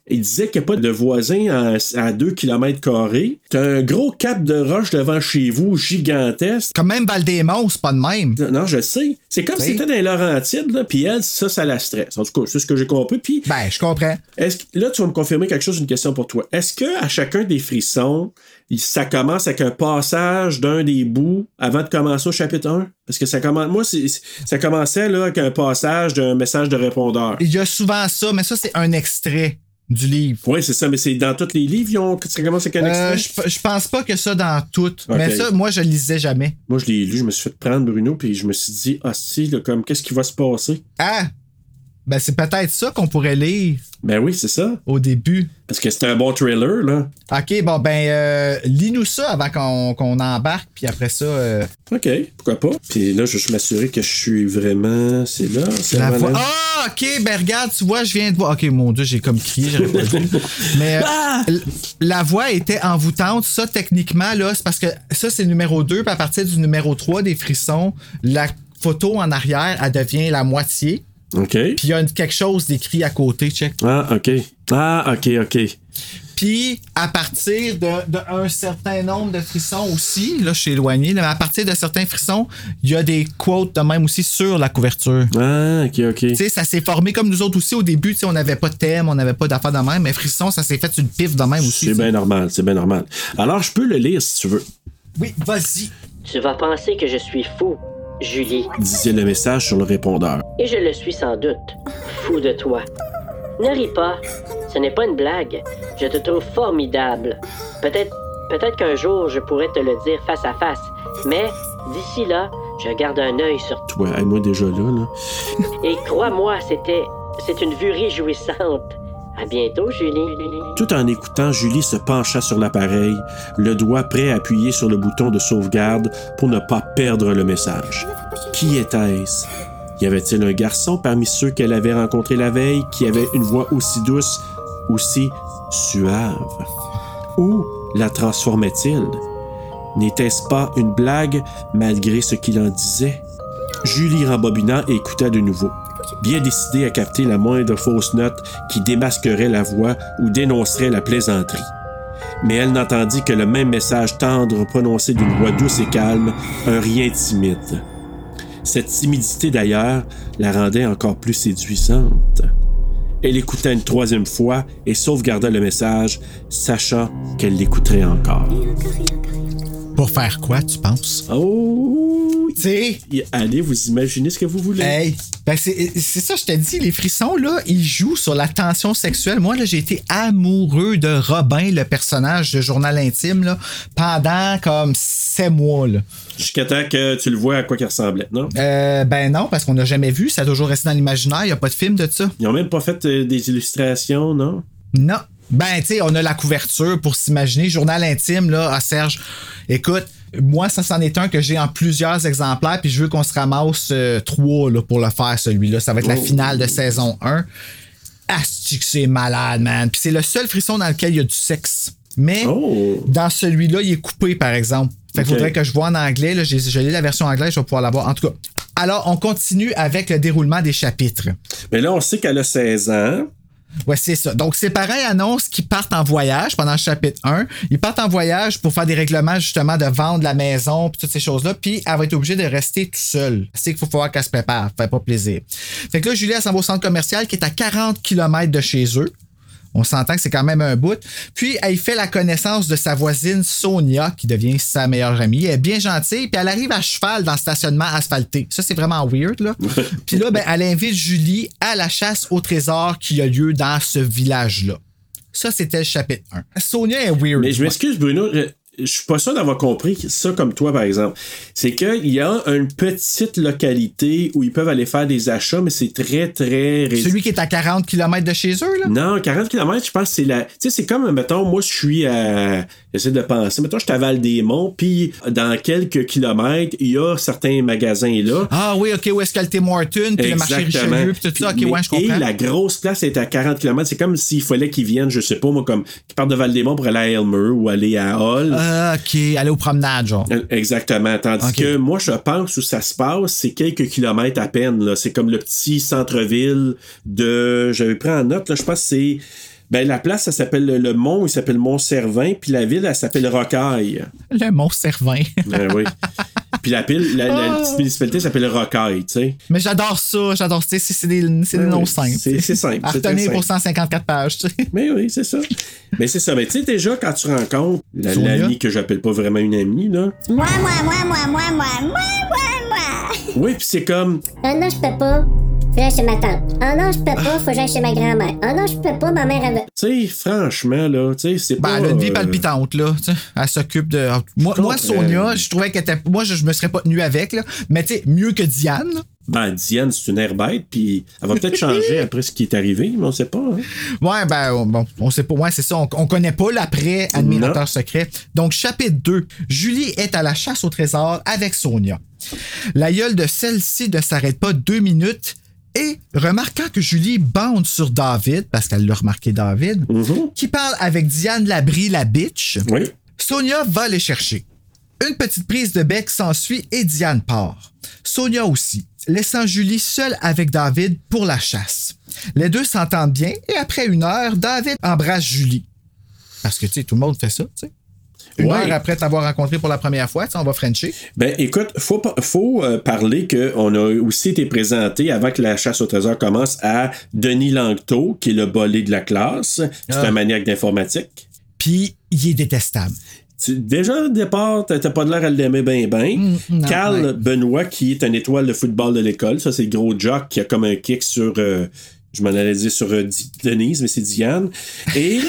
Speaker 7: il disait qu'il n'y a pas de voisin à, à 2 km carrés. T'as un gros cap de roche devant chez vous, gigantesque.
Speaker 6: Comme même Valdémon, c'est pas de même.
Speaker 7: Non, je sais. C'est comme
Speaker 6: Oui.
Speaker 7: si c'était dans les Laurentides, là, puis elle, ça, ça la stresse. En tout cas, c'est ce que j'ai compris. Puis,
Speaker 6: Ben, je comprends.
Speaker 7: est-ce que, là, tu vas me confirmer quelque chose, une question pour toi. Est-ce que à chacun des frissons, il- ça commence avec un passage d'un des bouts avant de commencer au chapitre 1? Parce que ça commence, moi, c'est- ça commençait là, avec un passage d'un message de répondeur.
Speaker 6: Il y a souvent ça, mais ça, c'est un extrait du livre.
Speaker 7: Oui, c'est ça, mais c'est dans tous les livres, ils ont- ça commence avec un extrait.
Speaker 6: Euh, je je pense pas que ça dans tout.
Speaker 7: Ok.
Speaker 6: Mais ça, moi, je lisais jamais.
Speaker 7: Moi, je l'ai lu, je me suis fait prendre Bruno, puis je me suis dit, ah, si, là, comme, qu'est-ce qui va se passer?
Speaker 6: Ah! Ben, c'est peut-être ça qu'on pourrait lire
Speaker 7: Ben oui, c'est ça.
Speaker 6: au début.
Speaker 7: Parce que c'était un bon trailer, là.
Speaker 6: OK, bon, ben, euh, lis-nous ça avant qu'on qu'on embarque, puis après ça, euh,
Speaker 7: OK, pourquoi pas? Puis là, je vais juste m'assurer que je suis vraiment. C'est là, c'est
Speaker 6: la
Speaker 7: avant
Speaker 6: voix.
Speaker 7: la-
Speaker 6: Ah, OK, ben, regarde, tu vois, je viens de voir. OK, mon Dieu, j'ai comme crié, j'aurais pas dû. Mais euh, l- la voix était envoûtante. Ça, techniquement, là, c'est parce que ça, c'est le numéro 2, puis à partir du numéro 3 des frissons, la photo en arrière, elle devient la moitié.
Speaker 7: OK.
Speaker 6: Puis il y a une- quelque chose d'écrit à côté, check.
Speaker 7: Ah, OK. Ah, OK, OK.
Speaker 6: Puis, à partir d'un de, un certain nombre de frissons aussi, là, je suis éloigné, là, mais à partir de certains frissons, il y a des quotes de même aussi sur la couverture.
Speaker 7: Ah, OK, OK.
Speaker 6: Tu sais, ça s'est formé comme nous autres aussi au début. Tu sais, on n'avait pas de thème, on n'avait pas d'affaires de même, mais frisson, ça s'est fait sur le pif de même aussi.
Speaker 7: C'est
Speaker 6: ça.
Speaker 7: bien normal, c'est bien normal. Alors, je peux le lire si tu veux.
Speaker 6: Oui, vas-y.
Speaker 9: Tu vas penser que je suis fou, Julie,
Speaker 7: Disait le message sur le répondeur.
Speaker 9: et je le suis sans doute, fou de toi. Ne ris pas, ce n'est pas une blague. Je te trouve formidable. Peut-être peut-être qu'un jour je pourrais te le dire face à face, mais d'ici là, je garde un œil sur toi.
Speaker 7: Toi, et moi déjà là, là.
Speaker 9: Et crois-moi, c'était c'est une vue réjouissante. À bientôt, Julie.
Speaker 7: Tout en écoutant, Julie se pencha sur l'appareil, le doigt prêt à appuyer sur le bouton de sauvegarde pour ne pas perdre le message. Qui était-ce? Y avait-il un garçon parmi ceux qu'elle avait rencontrés la veille qui avait une voix aussi douce, aussi suave? Où la transformait-il? N'était-ce pas une blague malgré ce qu'il en disait? Julie rembobina et écouta de nouveau, bien décidée à capter la moindre fausse note qui démasquerait la voix ou dénoncerait la plaisanterie. Mais elle n'entendit que le même message tendre prononcé d'une voix douce et calme, un rien timide. Cette timidité d'ailleurs la rendait encore plus séduisante. Elle écouta une troisième fois et sauvegarda le message, sachant qu'elle l'écouterait encore.
Speaker 6: Pour faire quoi, tu penses?
Speaker 7: Oh!
Speaker 6: Tu sais,
Speaker 7: Allez, vous imaginez ce que vous voulez.
Speaker 6: hey, ben c'est c'est ça, je te dis, les frissons, là, ils jouent sur la tension sexuelle. Moi, là, j'ai été amoureux de Robin, le personnage de Journal Intime, là, pendant comme sept mois, là.
Speaker 7: Jusqu'à temps que tu le vois à quoi qu'il ressemblait, non?
Speaker 6: Euh, ben non, parce qu'on n'a jamais vu. Ça a toujours resté dans l'imaginaire. Il n'y a pas de film de ça.
Speaker 7: Ils ont même pas fait euh, des illustrations, non?
Speaker 6: Non. Ben, tu sais, on a la couverture pour s'imaginer. Journal intime, là, à Serge. Écoute, moi, ça, c'en est un que j'ai en plusieurs exemplaires. Puis je veux qu'on se ramasse euh, trois là, pour le faire, celui-là. Ça va être la finale de saison 1. Asti que c'est malade, man. Puis c'est le seul frisson dans lequel il y a du sexe. Mais
Speaker 7: Oh!
Speaker 6: dans celui-là, il est coupé, par exemple. Fait qu'il
Speaker 7: Ok.
Speaker 6: faudrait que je vois en anglais. Là, j'ai, je lis la version anglaise, je vais pouvoir la voir. En tout cas, alors, on continue avec le déroulement des chapitres.
Speaker 7: Mais là, on sait qu'elle a 16 ans.
Speaker 6: Ouais, c'est ça. Donc, ses parents annoncent qu'ils partent en voyage pendant le chapitre 1. Ils partent en voyage pour faire des règlements, justement, de vendre la maison, puis toutes ces choses-là. Puis, elle va être obligée de rester toute seule. C'est qu'il faut falloir qu'elle se prépare. Fait pas plaisir. Fait que là, Julie, elle s'en va au centre commercial qui est à 40 km de chez eux. On s'entend que c'est quand même un bout. Puis, elle fait la connaissance de sa voisine Sonia, qui devient sa meilleure amie. Elle est bien gentille, puis elle arrive à cheval dans le stationnement asphalté. Ça, c'est vraiment weird, là. puis là, ben, elle invite Julie à la chasse au trésor qui a lieu dans ce village-là. Ça, c'était le chapitre 1. Sonia est weird.
Speaker 7: Mais je m'excuse, Bruno. Je, je suis pas sûr d'avoir compris ça comme toi, par exemple. C'est qu'il y a une petite localité où ils peuvent aller faire des achats, mais c'est très, très réduit.
Speaker 6: Celui qui est à 40 km de chez eux, là.
Speaker 7: Non, 40 km, je pense que c'est la. Tu sais, c'est comme, mettons, moi, je suis à. J'essaie de penser. Mettons, je t'avale des monts, puis dans quelques kilomètres, il y a certains magasins là.
Speaker 6: Ah oui, OK, où est-ce qu'elle était Morton, puis le marché Richelieu, puis tout ça. OK,
Speaker 7: Puis-
Speaker 6: ouais, je
Speaker 7: Et
Speaker 6: comprends.
Speaker 7: la grosse place est à 40 km. C'est comme s'il fallait qu'ils viennent, je sais pas, moi, comme qu'ils partent de Val-des-Monts pour aller à Elmer ou aller à Hall.
Speaker 6: Ah, OK, aller aux promenades, genre.
Speaker 7: Exactement. Tandis
Speaker 6: Ok.
Speaker 7: que moi, je pense où ça se passe, c'est quelques kilomètres à peine. là. C'est comme le petit centre-ville de. J'avais pris en note, là, je pense que c'est. Ben, la place, ça s'appelle le, le Mont, il s'appelle Mont-Servin, puis la ville, elle s'appelle Rocaille.
Speaker 6: Le Mont-Servin.
Speaker 7: Ben oui. puis la, pile, la, la
Speaker 6: Ah.
Speaker 7: petite municipalité s'appelle Rocaille, tu sais.
Speaker 6: Mais j'adore ça, j'adore ça. C'est c'est des, c'est des
Speaker 7: Ah oui,
Speaker 6: noms simples.
Speaker 7: c'est- c'est simple,
Speaker 6: À
Speaker 7: c'est très
Speaker 6: retenir pour
Speaker 7: simple.
Speaker 6: 154 pages, tu sais.
Speaker 7: Mais oui, c'est ça. Mais c'est ça. Mais tu sais, déjà, quand tu rencontres la-
Speaker 6: Sonia.
Speaker 7: l'amie que j'appelle pas vraiment une amie, là.
Speaker 4: Moi, moi, moi, moi, moi, moi, moi, moi, moi. Oh
Speaker 7: Oui, puis c'est comme.
Speaker 8: Ah non, je peux pas. Faut que j'aille chez ma tante. Ah non, je peux pas. Faut que j'aille chez ma grand-mère. Ah non, je peux pas. Ma mère, elle veut.
Speaker 7: Tu sais, franchement, là, tu sais, c'est
Speaker 6: Ben,
Speaker 7: pas.
Speaker 6: elle a une vie
Speaker 7: euh,
Speaker 6: palpitante, là. tu sais. Elle s'occupe de. Moi,
Speaker 7: Je
Speaker 6: moi,
Speaker 7: comprends.
Speaker 6: Sonia, je trouvais qu'elle était. Moi, je, je me serais pas tenu avec, là. Mais tu sais, mieux que Diane. là.
Speaker 7: Ben, Diane, c'est une herbête, puis elle va peut-être changer après ce qui est arrivé, mais on sait pas. hein.
Speaker 6: Ouais, ben, on- bon, on sait pas. Ouais, c'est ça. On, on connaît pas l'après admirateur
Speaker 7: Non.
Speaker 6: secret. Donc, chapitre 2. Julie est à la chasse au trésor avec Sonia. La gueule de celle-ci ne s'arrête pas deux minutes et, remarquant que Julie bande sur David, parce qu'elle l'a remarqué David,
Speaker 7: Mhm.
Speaker 6: qui parle avec Diane Labrie, la bitch,
Speaker 7: Oui.
Speaker 6: Sonia va les chercher. Une petite prise de bec s'ensuit et Diane part. Sonia aussi. laissant Julie seule avec David pour la chasse. Les deux s'entendent bien et après une heure, David embrasse Julie. Parce que, tu sais, tout le monde fait ça, tu sais. Une
Speaker 7: Ouais.
Speaker 6: heure après t'avoir rencontré pour la première fois, tu sais, on va Frencher.
Speaker 7: Ben écoute, faut pa- faut euh, parler que on a aussi été présenté avant que la chasse au trésor commence à Denis Langto, qui est le bolé de la classe. C'est
Speaker 6: Ah.
Speaker 7: un maniaque d'informatique.
Speaker 6: Puis, il est détestable.
Speaker 7: Tu- déjà au départ, t'as t'as pas de l'air à l'aimer bien bien.
Speaker 6: Mm, non,
Speaker 7: Carl
Speaker 6: ouais.
Speaker 7: Benoît, qui est un étoile de football de l'école, ça c'est le gros jock qui a comme un kick sur, euh, je m'en allais dire sur euh, Di- Denise, mais c'est Diane. Et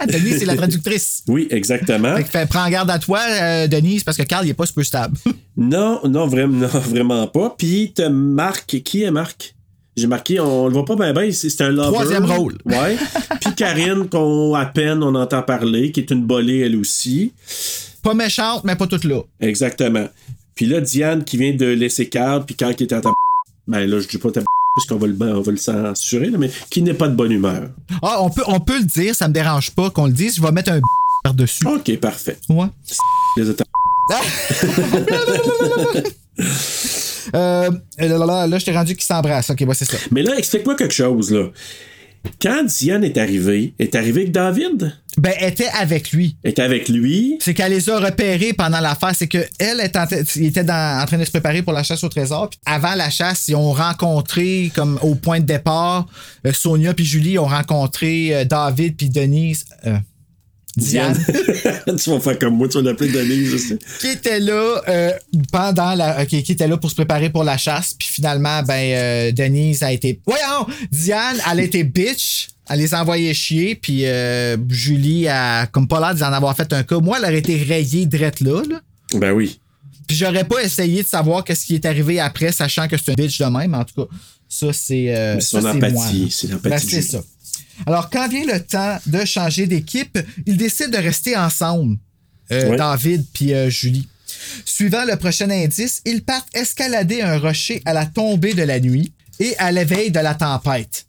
Speaker 6: Ah, Denise, c'est la traductrice.
Speaker 7: oui, exactement.
Speaker 6: Fait que fais- prends garde à toi, euh, Denise, parce que Carl, il est pas super stable.
Speaker 7: Non, non, vraiment, non, vraiment pas. Puis te Marc, qui est Marc? J'ai marqué, on le voit pas bien, ben, c'est c'est un lover.
Speaker 6: Troisième rôle.
Speaker 7: Ouais. Puis Karine, qu'on à peine on entend parler, qui est une bolée elle aussi.
Speaker 6: pas méchante, mais pas toute là.
Speaker 7: Exactement. Puis là, Diane qui vient de laisser Carl, puis Carl qui est à ta Ben là, je dis pas ta parce qu'on va le, on va le censurer, là, mais qui n'est pas de bonne humeur.
Speaker 6: Ah, on peut, on peut le dire, ça me dérange pas qu'on le dise. Je vais mettre un par-dessus.
Speaker 7: Ok, parfait.
Speaker 6: Ouais.
Speaker 7: Les autres-
Speaker 6: Euh, là, là, là, là, je t'ai rendu qu'il s'embrasse. Ok, ouais, c'est ça.
Speaker 7: Mais là, explique-moi quelque chose, là. Quand Diane est arrivée, est arrivée avec David?
Speaker 6: Ben, elle était avec lui.
Speaker 7: Est avec lui?
Speaker 6: C'est qu'elle les a repérés pendant l'affaire. C'est que elle est en train- il était dans- en train de se préparer pour la chasse au trésor. Puis avant la chasse, ils ont rencontré, comme au point de départ, euh, Sonia puis Julie ont rencontré euh, David puis Denise. euh, Diane.
Speaker 7: tu vas faire comme moi, tu vas l'appeler Denise aussi.
Speaker 6: qui était là euh, pendant la euh, qui, qui était là pour se préparer pour la chasse puis finalement ben euh, Denise a été voyons Diane elle a été bitch elle les a envoyés chier puis euh, Julie a comme pas l'air d'en avoir fait un cas moi elle aurait été rayée drette là, là.
Speaker 7: Ben oui.
Speaker 6: puis j'aurais pas essayé de savoir qu'est-ce qui est arrivé après sachant que c'est une bitch de même en tout cas ça c'est euh,
Speaker 7: Mais son
Speaker 6: ça, c'est moi.
Speaker 7: empathie, c'est l'empathie.
Speaker 6: Ben,
Speaker 7: de
Speaker 6: c'est
Speaker 7: Julie.
Speaker 6: ça. Alors, quand vient le temps de changer d'équipe, ils décident de rester ensemble, euh,
Speaker 7: Ouais.
Speaker 6: David puis euh, Julie. Suivant le prochain indice, ils partent escalader un rocher à la tombée de la nuit et à l'éveil de la tempête.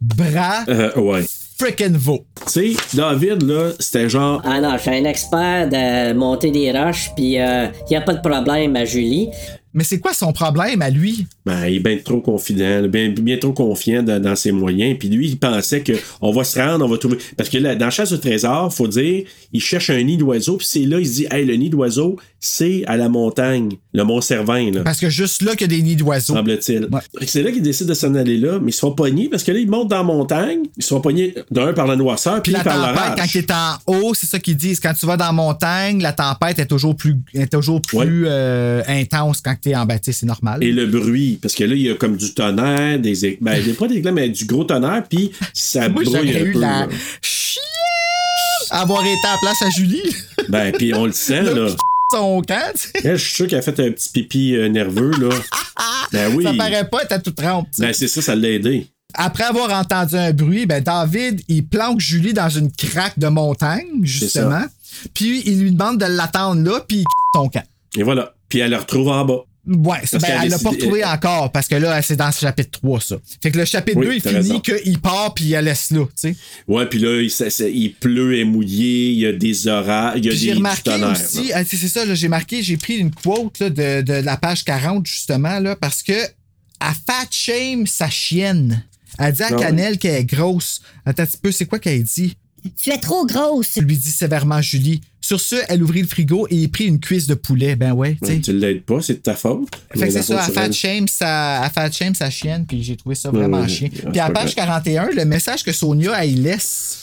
Speaker 6: Bras
Speaker 7: Euh, ouais.
Speaker 6: frickin' vo.
Speaker 7: Tu sais, David, là, c'était genre.
Speaker 9: Ah non, je suis un expert de monter des roches, puis il n'y a pas de problème à Julie.
Speaker 6: Mais c'est quoi son problème à lui?
Speaker 7: Ben, il est bien trop confident, bien, bien trop confiant dans, dans ses moyens. Puis lui, il pensait que on va se rendre, on va trouver. Parce que là, dans Chasse au trésor, faut dire, il cherche un nid d'oiseau, puis c'est là, il se dit, hey, le nid d'oiseau, c'est à la montagne, le Mont Cervin, là.
Speaker 6: Parce que juste là qu'il y a des nids d'oiseaux.
Speaker 7: semble-t-il.
Speaker 6: Ouais.
Speaker 7: Fait que C'est là qu'ils décident de s'en aller là, mais ils se font pogner parce que là, ils montent dans la montagne, ils se font pogner d'un par la noirceur,
Speaker 6: Puis
Speaker 7: puis,
Speaker 6: la
Speaker 7: par
Speaker 6: tempête, quand
Speaker 7: l'orage.
Speaker 6: tu es en haut, c'est ça qu'ils disent. Quand tu vas dans la montagne, la tempête est toujours plus, est toujours plus euh, intense quand tu es en bâtisse, c'est normal.
Speaker 7: Et le bruit, parce que là, il y a comme du tonnerre, des é- ben, des- pas des éclats, mais du gros tonnerre, puis ça
Speaker 6: Moi,
Speaker 7: brouille
Speaker 6: j'aurais
Speaker 7: un
Speaker 6: eu
Speaker 7: peu. euh,
Speaker 6: la
Speaker 7: là.
Speaker 6: chienne avoir été à la place à Julie.
Speaker 7: Ben, puis on le sent,
Speaker 6: Le
Speaker 7: là.
Speaker 6: petit son camp, tu sais.
Speaker 7: Elle, je suis sûr qu'elle a fait un petit pipi euh, nerveux, là. Ben oui.
Speaker 6: Ça paraît pas, t'as tout trempe. tu sais.
Speaker 7: Ben, c'est ça, ça l'a aidé.
Speaker 6: Après avoir entendu un bruit, ben David, il planque Julie dans une craque de montagne, justement. Puis il lui demande de l'attendre là, puis il son camp.
Speaker 7: Et voilà. Puis elle le retrouve en bas.
Speaker 6: Ouais, c'est-
Speaker 7: Parce
Speaker 6: ben,
Speaker 7: qu'elle a
Speaker 6: elle l'a pas
Speaker 7: décidé-
Speaker 6: retrouvé encore, parce que là, c'est dans ce chapitre 3, ça. Fait que le chapitre
Speaker 7: Oui,
Speaker 6: 2, il
Speaker 7: t'as
Speaker 6: finit
Speaker 7: raison.
Speaker 6: qu'il part, puis il la laisse là, tu sais.
Speaker 7: Ouais, puis là, il, ça- ça- il pleut et mouillé, il y a des orages, il y a
Speaker 6: Puis
Speaker 7: des
Speaker 6: J'ai
Speaker 7: du
Speaker 6: remarqué
Speaker 7: tonnerre,
Speaker 6: aussi,
Speaker 7: là.
Speaker 6: ah, c'est c'est ça, là, j'ai marqué, j'ai pris une quote là, de, de la page 40, justement, là, parce que à Fat Shame, sa chienne. Elle dit à
Speaker 7: Ah oui.
Speaker 6: Canel qu'elle est grosse. Attends un petit peu, c'est quoi qu'elle dit?
Speaker 2: Tu es trop grosse.
Speaker 6: Lui dit sévèrement Julie. Sur ce, elle ouvrit le frigo et y prit une cuisse de poulet. Ben ouais, tu sais.
Speaker 7: Ouais, Tu l'aides pas, c'est de ta faute.
Speaker 6: Fait
Speaker 7: Mais
Speaker 6: que c'est
Speaker 7: la faute,
Speaker 6: ça, à
Speaker 7: c'est
Speaker 6: Fat
Speaker 7: elle.
Speaker 6: Shame, sa, à Fat Shame, sa chienne, puis j'ai trouvé ça vraiment
Speaker 7: ouais,
Speaker 6: chien.
Speaker 7: ouais,
Speaker 6: Puis à
Speaker 7: c'est pas
Speaker 6: page 41, le message que Sonia, elle laisse.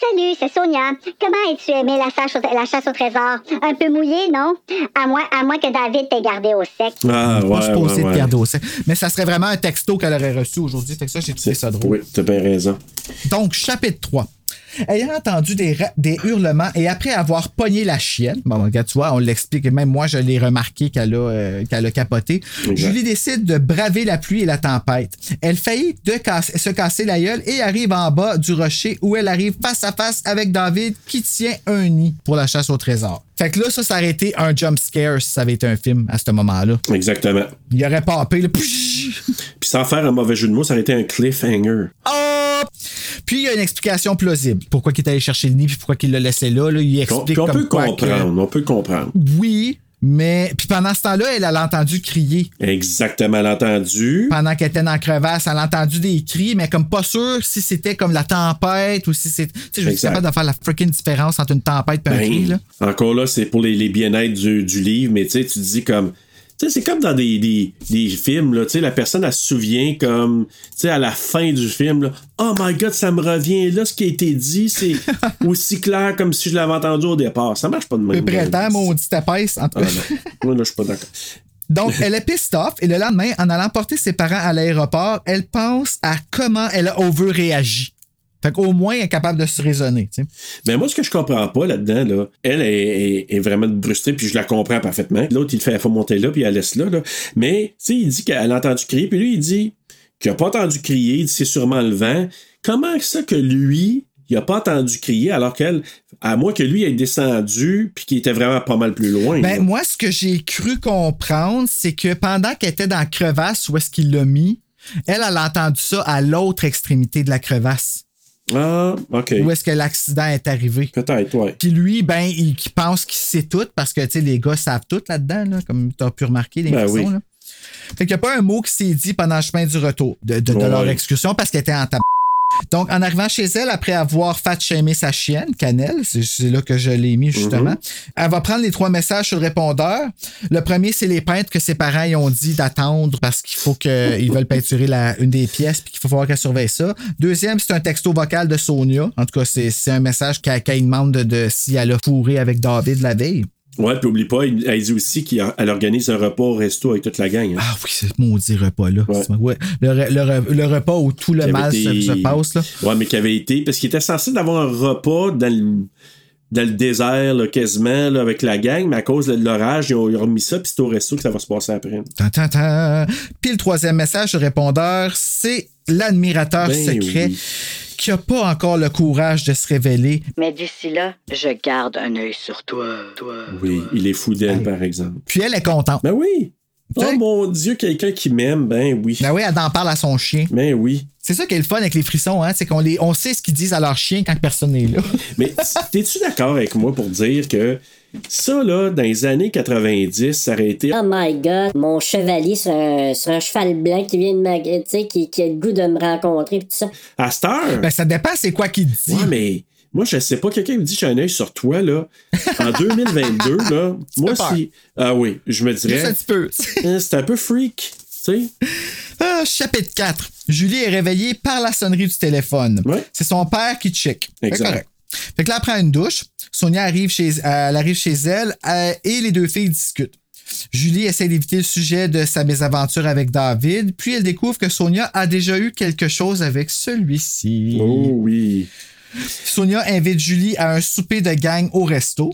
Speaker 8: Salut, c'est Sonia. Comment as-tu aimé la chasse, au, la chasse au trésor? Un peu mouillé, non? À moins, à moins que David t'ait gardé au sec.
Speaker 7: Ah, ouais,
Speaker 6: Pas supposé
Speaker 7: ouais,
Speaker 6: de
Speaker 7: ouais.
Speaker 6: garder au sein. Mais ça serait vraiment un texto qu'elle aurait reçu aujourd'hui. Fait que ça, j'ai trouvé ça drôle.
Speaker 7: Oui, t'as bien raison.
Speaker 6: Donc, chapitre 3. Ayant entendu des, ra- des hurlements et après avoir pogné la chienne, bon, regarde, tu vois, on l'explique, même moi, je l'ai remarqué qu'elle a, euh, qu'elle a capoté, Julie décide de braver la pluie et la tempête. Elle faillit de casse- se casser la gueule et arrive en bas du rocher où elle arrive face à face avec David qui tient un nid pour la chasse au trésor. Fait que là, ça, ça aurait été un jump scare si ça avait été un film à ce moment-là.
Speaker 7: Exactement.
Speaker 6: Il aurait papé, là, pshhh,
Speaker 7: Puis sans faire un mauvais jeu de mots, ça aurait été un cliffhanger.
Speaker 6: Hop! Puis il y a une explication plausible. Pourquoi qu'il est allé chercher le nid puis pourquoi qu'il l'a laissé là, là, il
Speaker 7: Qu'on
Speaker 6: explique
Speaker 7: qu'on
Speaker 6: comme
Speaker 7: peut
Speaker 6: quoi
Speaker 7: comprendre, on peut comprendre.
Speaker 6: que- oui, Mais puis pendant ce temps-là, elle, elle a entendu crier.
Speaker 7: Exactement, l'entendu.
Speaker 6: Pendant qu'elle était dans la crevasse, elle a entendu des cris, mais comme pas sûr si c'était comme la tempête ou si c'est. Tu sais, je suis
Speaker 7: Exact.
Speaker 6: capable de faire la freaking différence entre une tempête et un
Speaker 7: Ben,
Speaker 6: cri, là.
Speaker 7: Encore là, c'est pour les, les bien-être du, du livre, mais tu sais, tu dis comme. Tu sais, c'est comme dans des, des, des films, là. Tu sais, la personne, elle se souvient comme. Tu sais, à la fin du film, là. Oh my god, ça me revient. Là, ce qui a été dit, c'est aussi clair comme si je l'avais entendu au départ. Ça marche pas de
Speaker 6: Peu
Speaker 7: même.
Speaker 6: prétend, maudit épaisse, en tout
Speaker 7: Ben, Ah,
Speaker 6: cas.
Speaker 7: non. Moi, là, je suis pas d'accord.
Speaker 6: Donc, elle est pissed off et le lendemain, en allant porter ses parents à l'aéroport, elle pense à comment elle a over-réagi. Fait qu'au moins, elle est capable de se raisonner. tu sais.
Speaker 7: Mais Ben, moi, ce que je comprends pas là-dedans, là, elle est, est- est vraiment brustée, puis je la comprends parfaitement. L'autre, il le fait, elle faut monter là, puis elle laisse là. là. Mais, tu sais, il dit qu'elle a entendu crier, puis lui, il dit qu'il n'a pas entendu crier, il dit c'est sûrement le vent. Comment ça que lui, il n'a pas entendu crier, alors qu'elle, à moins que lui ait descendu, puis qu'il était vraiment pas mal plus loin. là.
Speaker 6: Ben, moi, ce que j'ai cru comprendre, c'est que pendant qu'elle était dans la crevasse, où est-ce qu'il l'a mis, elle, elle a entendu ça à l'autre extrémité de la crevasse,
Speaker 7: Ah, OK.
Speaker 6: où est-ce que l'accident est arrivé.
Speaker 7: Peut-être, ouais.
Speaker 6: Puis lui, ben, il qui pense qu'il sait tout parce que, tu sais, les gars savent tout là-dedans, là, comme tu as pu remarquer, les
Speaker 7: Ben
Speaker 6: frissons,
Speaker 7: oui.
Speaker 6: là. Fait qu'il n'y a pas un mot qui s'est dit pendant le chemin du retour de, de- de
Speaker 7: Ouais.
Speaker 6: leur excursion parce qu'elle était en tab. Donc, en arrivant chez elle, après avoir fat shamé sa chienne, Cannelle, c'est- c'est là que je l'ai mis justement, elle va prendre les trois messages sur le répondeur. Le premier, c'est les peintres que ses parents y ont dit d'attendre parce qu'il faut qu'ils veulent peinturer la, une des pièces puis qu'il faut falloir qu'elle surveille ça. Deuxième, c'est un texto vocal de Sonia. En tout cas, c'est c'est un message qu'elle qu'elle demande de, de- si elle a fourré avec David la veille.
Speaker 7: Ouais, puis oublie pas, il- elle dit aussi qu'elle organise un repas au resto avec toute la gang. hein.
Speaker 6: Ah oui, ce maudit repas-là.
Speaker 7: Ouais.
Speaker 6: C'est- ouais. Le, re- le re- le repas où tout le
Speaker 7: Qui
Speaker 6: mal
Speaker 7: avait
Speaker 6: se,
Speaker 7: été-
Speaker 6: se passe. Là.
Speaker 7: Ouais, mais qui avait été. Parce qu'il était censé d'avoir un repas dans le, dans le désert, là, quasiment, là, avec la gang, mais à cause de l'orage, ils ont, ils ont remis ça, puis c'est au resto que ça va se passer après.
Speaker 6: Tan, tan, tan. Puis le troisième message sur répondeur, c'est l'admirateur
Speaker 7: Ben
Speaker 6: Ah, secret
Speaker 7: oui.
Speaker 6: qui n'a pas encore le courage de se révéler.
Speaker 10: Mais d'ici là, je garde un œil sur toi. toi.
Speaker 7: Oui, il est fou d'elle, par exemple.
Speaker 6: Puis elle est contente.
Speaker 7: Ben oui! Oh
Speaker 6: T'sais?
Speaker 7: mon Dieu, quelqu'un qui m'aime, ben oui.
Speaker 6: Ben oui, elle en parle à son chien.
Speaker 7: Ben oui.
Speaker 6: C'est ça qui est le fun avec les frissons, hein? c'est qu'on les, on sait ce qu'ils disent à leur chien quand personne n'est là.
Speaker 7: Mais t'es-tu d'accord avec moi pour dire que ça, là, dans les années 90, ça aurait
Speaker 8: Ah.
Speaker 7: été.
Speaker 4: Oh my god, mon chevalier sur un, sur un cheval blanc qui vient de ma. Tu sais, qui, qui a le goût de me rencontrer, pis tout ça.
Speaker 7: À cette heure!
Speaker 6: Ben ça dépend c'est quoi qu'il dit.
Speaker 7: Ouais, mais moi, je sais pas, quelqu'un me dit j'ai un œil sur toi, là. En 2022, là, moi,
Speaker 6: peur.
Speaker 7: si. Ah oui, je me
Speaker 6: Juste un
Speaker 7: dirais.
Speaker 6: petit peu.
Speaker 7: Hein, C'est un peu freak. Tu sais,
Speaker 6: Ah, chapitre 4. Julie est réveillée par la sonnerie du téléphone.
Speaker 7: Ouais.
Speaker 6: C'est son père qui check. Fait
Speaker 7: Exact.
Speaker 6: correct. Fait que là, elle prend une douche. Sonia arrive chez, euh, elle arrive chez elle euh, et les deux filles discutent. Julie essaie d'éviter le sujet de sa mésaventure avec David, puis elle découvre que Sonia a déjà eu quelque chose avec celui-ci.
Speaker 7: Oh oui.
Speaker 6: Sonia invite Julie à un souper de gang au resto.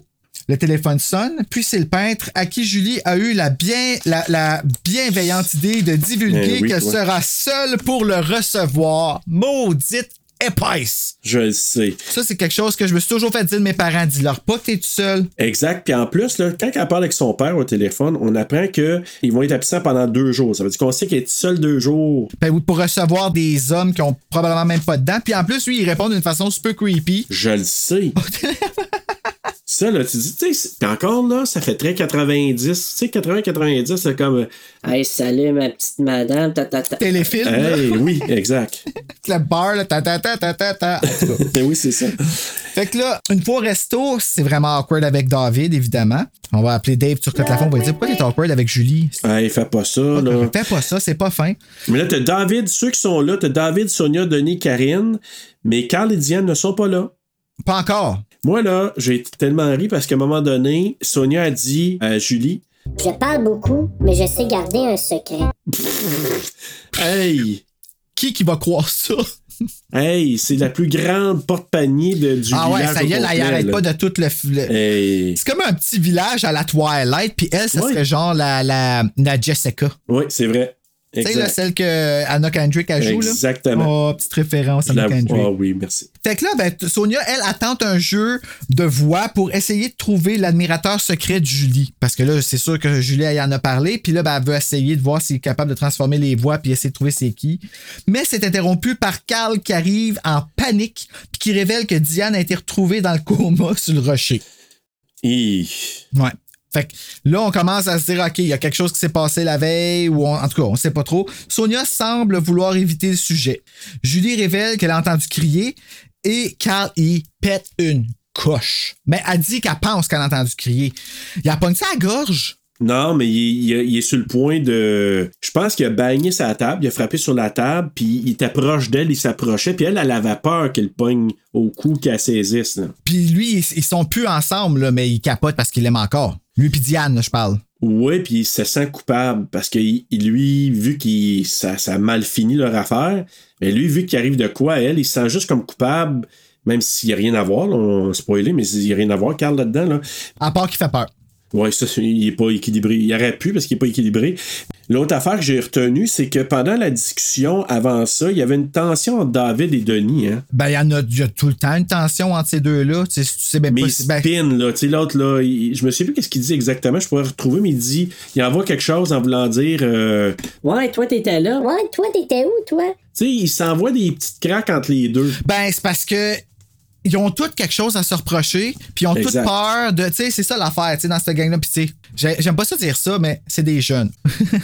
Speaker 6: Le téléphone sonne, puis c'est le peintre à qui Julie a eu la, bien, la, la bienveillante idée de divulguer
Speaker 7: Eh oui,
Speaker 6: qu'elle
Speaker 7: ouais.
Speaker 6: sera seule pour le recevoir. Maudite épaisse!
Speaker 7: Je le sais.
Speaker 6: Ça, c'est quelque chose que je me suis toujours fait dire de mes parents. Dis-leur pas que t'es tout seul.
Speaker 7: Exact. Puis en plus, là, quand elle parle avec son père au téléphone, on apprend que ils vont être absents pendant deux jours. Ça veut dire qu'on sait qu'elle est seule deux jours.
Speaker 6: Ben oui, pour recevoir des hommes qui ont probablement même pas de dents. Puis en plus, lui, il répond d'une façon super creepy.
Speaker 7: Je le sais. Ça, là, tu dis, tu sais, c'est- puis encore là, ça fait très 90. Tu sais, 80-90, c'est comme.
Speaker 9: Hey, salut ma petite madame. Ta, ta, ta.
Speaker 6: Téléfilm,
Speaker 7: euh,
Speaker 6: là,
Speaker 7: Hey, oui, exact.
Speaker 6: le bar, là, ta ta ta ta ta ta. En tout cas.
Speaker 7: Mais oui, c'est ça.
Speaker 6: Fait que là, une fois au resto, c'est vraiment awkward avec David, évidemment. On va appeler Dave sur Côte-Lafond, on va lui dire pourquoi t'es awkward avec Julie. C'est
Speaker 7: Hey, fais pas ça,
Speaker 6: pas
Speaker 7: Oh là.
Speaker 6: correct. Fais pas ça, c'est pas fin.
Speaker 7: Mais là, t'as David, ceux qui sont là, t'as David, Sonia, Denis, Karine, mais Carl et Diane ne sont pas là.
Speaker 6: Pas encore.
Speaker 7: Moi, là, j'ai été tellement ri parce qu'à un moment donné, Sonia a dit à Julie
Speaker 4: Je parle beaucoup, mais je sais garder un secret.
Speaker 7: Hey,
Speaker 6: Qui qui va croire ça?
Speaker 7: hey, c'est la plus grande porte-panier de, du
Speaker 6: ah ouais,
Speaker 7: village.
Speaker 6: ça y est,
Speaker 7: au
Speaker 6: là, il
Speaker 7: complet,
Speaker 6: arrête
Speaker 7: là.
Speaker 6: pas de tout le. le-
Speaker 7: Hey.
Speaker 6: C'est comme un petit village à la Twilight, puis elle, ça
Speaker 7: Ouais.
Speaker 6: serait genre la, la, la Jessica.
Speaker 7: Oui, c'est vrai.
Speaker 6: Tu sais, là,
Speaker 7: Exact.
Speaker 6: celle que Anna Kendrick a joue, là.
Speaker 7: Exactement.
Speaker 6: Oh, petite référence à
Speaker 7: La-
Speaker 6: Anna Kendrick.
Speaker 7: Ah oui, merci.
Speaker 6: Fait que là, ben, t- Sonia, elle, attend un jeu de voix pour essayer de trouver l'admirateur secret de Julie. Parce que là, c'est sûr que Julie, elle en a parlé. Puis là, ben, elle veut essayer de voir s'il est capable de transformer les voix puis essayer de trouver c'est qui. Mais c'est interrompu par Carl qui arrive en panique puis qui révèle que Diane a été retrouvée dans le coma sur le rocher.
Speaker 7: Et...
Speaker 6: Ouais. Fait que là, on commence à se dire, OK, il y a quelque chose qui s'est passé la veille, ou on- en tout cas, on sait pas trop. Sonia semble vouloir éviter le sujet. Julie révèle qu'elle a entendu crier et Carl y pète une coche. Mais elle dit qu'elle pense qu'elle a entendu crier. Il a pogné ça à la gorge.
Speaker 7: Non, mais il, il- il est sur le point de. Je pense qu'il a bagné sa table, il a frappé sur la table, puis il était proche d'elle, il s'approchait, puis elle, elle avait peur qu'il pogne au cou, qu'elle saisisse. là.
Speaker 6: Puis lui, ils, ils sont plus ensemble, là, mais il capote parce qu'il l'aime encore. Lui puis Diane, là, je parle.
Speaker 7: Ouais, puis il se sent coupable parce que il- il- lui, vu qu'il ça, ça a mal fini leur affaire, mais lui, vu qu'il arrive de quoi à elle, il se sent juste comme coupable, même s'il n'y a rien à voir, là, on spoilé, mais il n'y a rien à voir, Carl, là-dedans. Là.
Speaker 6: À part qu'il fait peur.
Speaker 7: Ouais, ça, c'est- il n'est pas équilibré. Il aurait pu parce qu'il n'est pas équilibré. L'autre affaire que j'ai retenue, c'est que pendant la discussion, avant ça, il y avait une tension entre David et Denis. Hein?
Speaker 6: Ben, il y en a, il y a tout le temps une tension entre ces deux-là. Tu sais, tu sais même
Speaker 7: Mais
Speaker 6: pas
Speaker 7: il
Speaker 6: si- ben,
Speaker 7: spin, là. Tu sais, l'autre, là, il- je me sais plus qu'est-ce qu'il dit exactement. Je pourrais retrouver, mais il dit, il envoie quelque chose en voulant dire, euh, tu
Speaker 9: Ouais, toi, t'étais là.
Speaker 8: Ouais, toi, t'étais où, toi?
Speaker 7: sais, il s'envoie des petites craques entre les deux.
Speaker 6: Ben, c'est parce que ils ont tous quelque chose à se reprocher, puis ils ont toutes
Speaker 7: Exact.
Speaker 6: peur de. Tu sais, c'est ça l'affaire, tu sais, dans cette gang-là. Puis, tu sais, j'ai- j'aime pas ça dire ça, mais c'est des jeunes. tu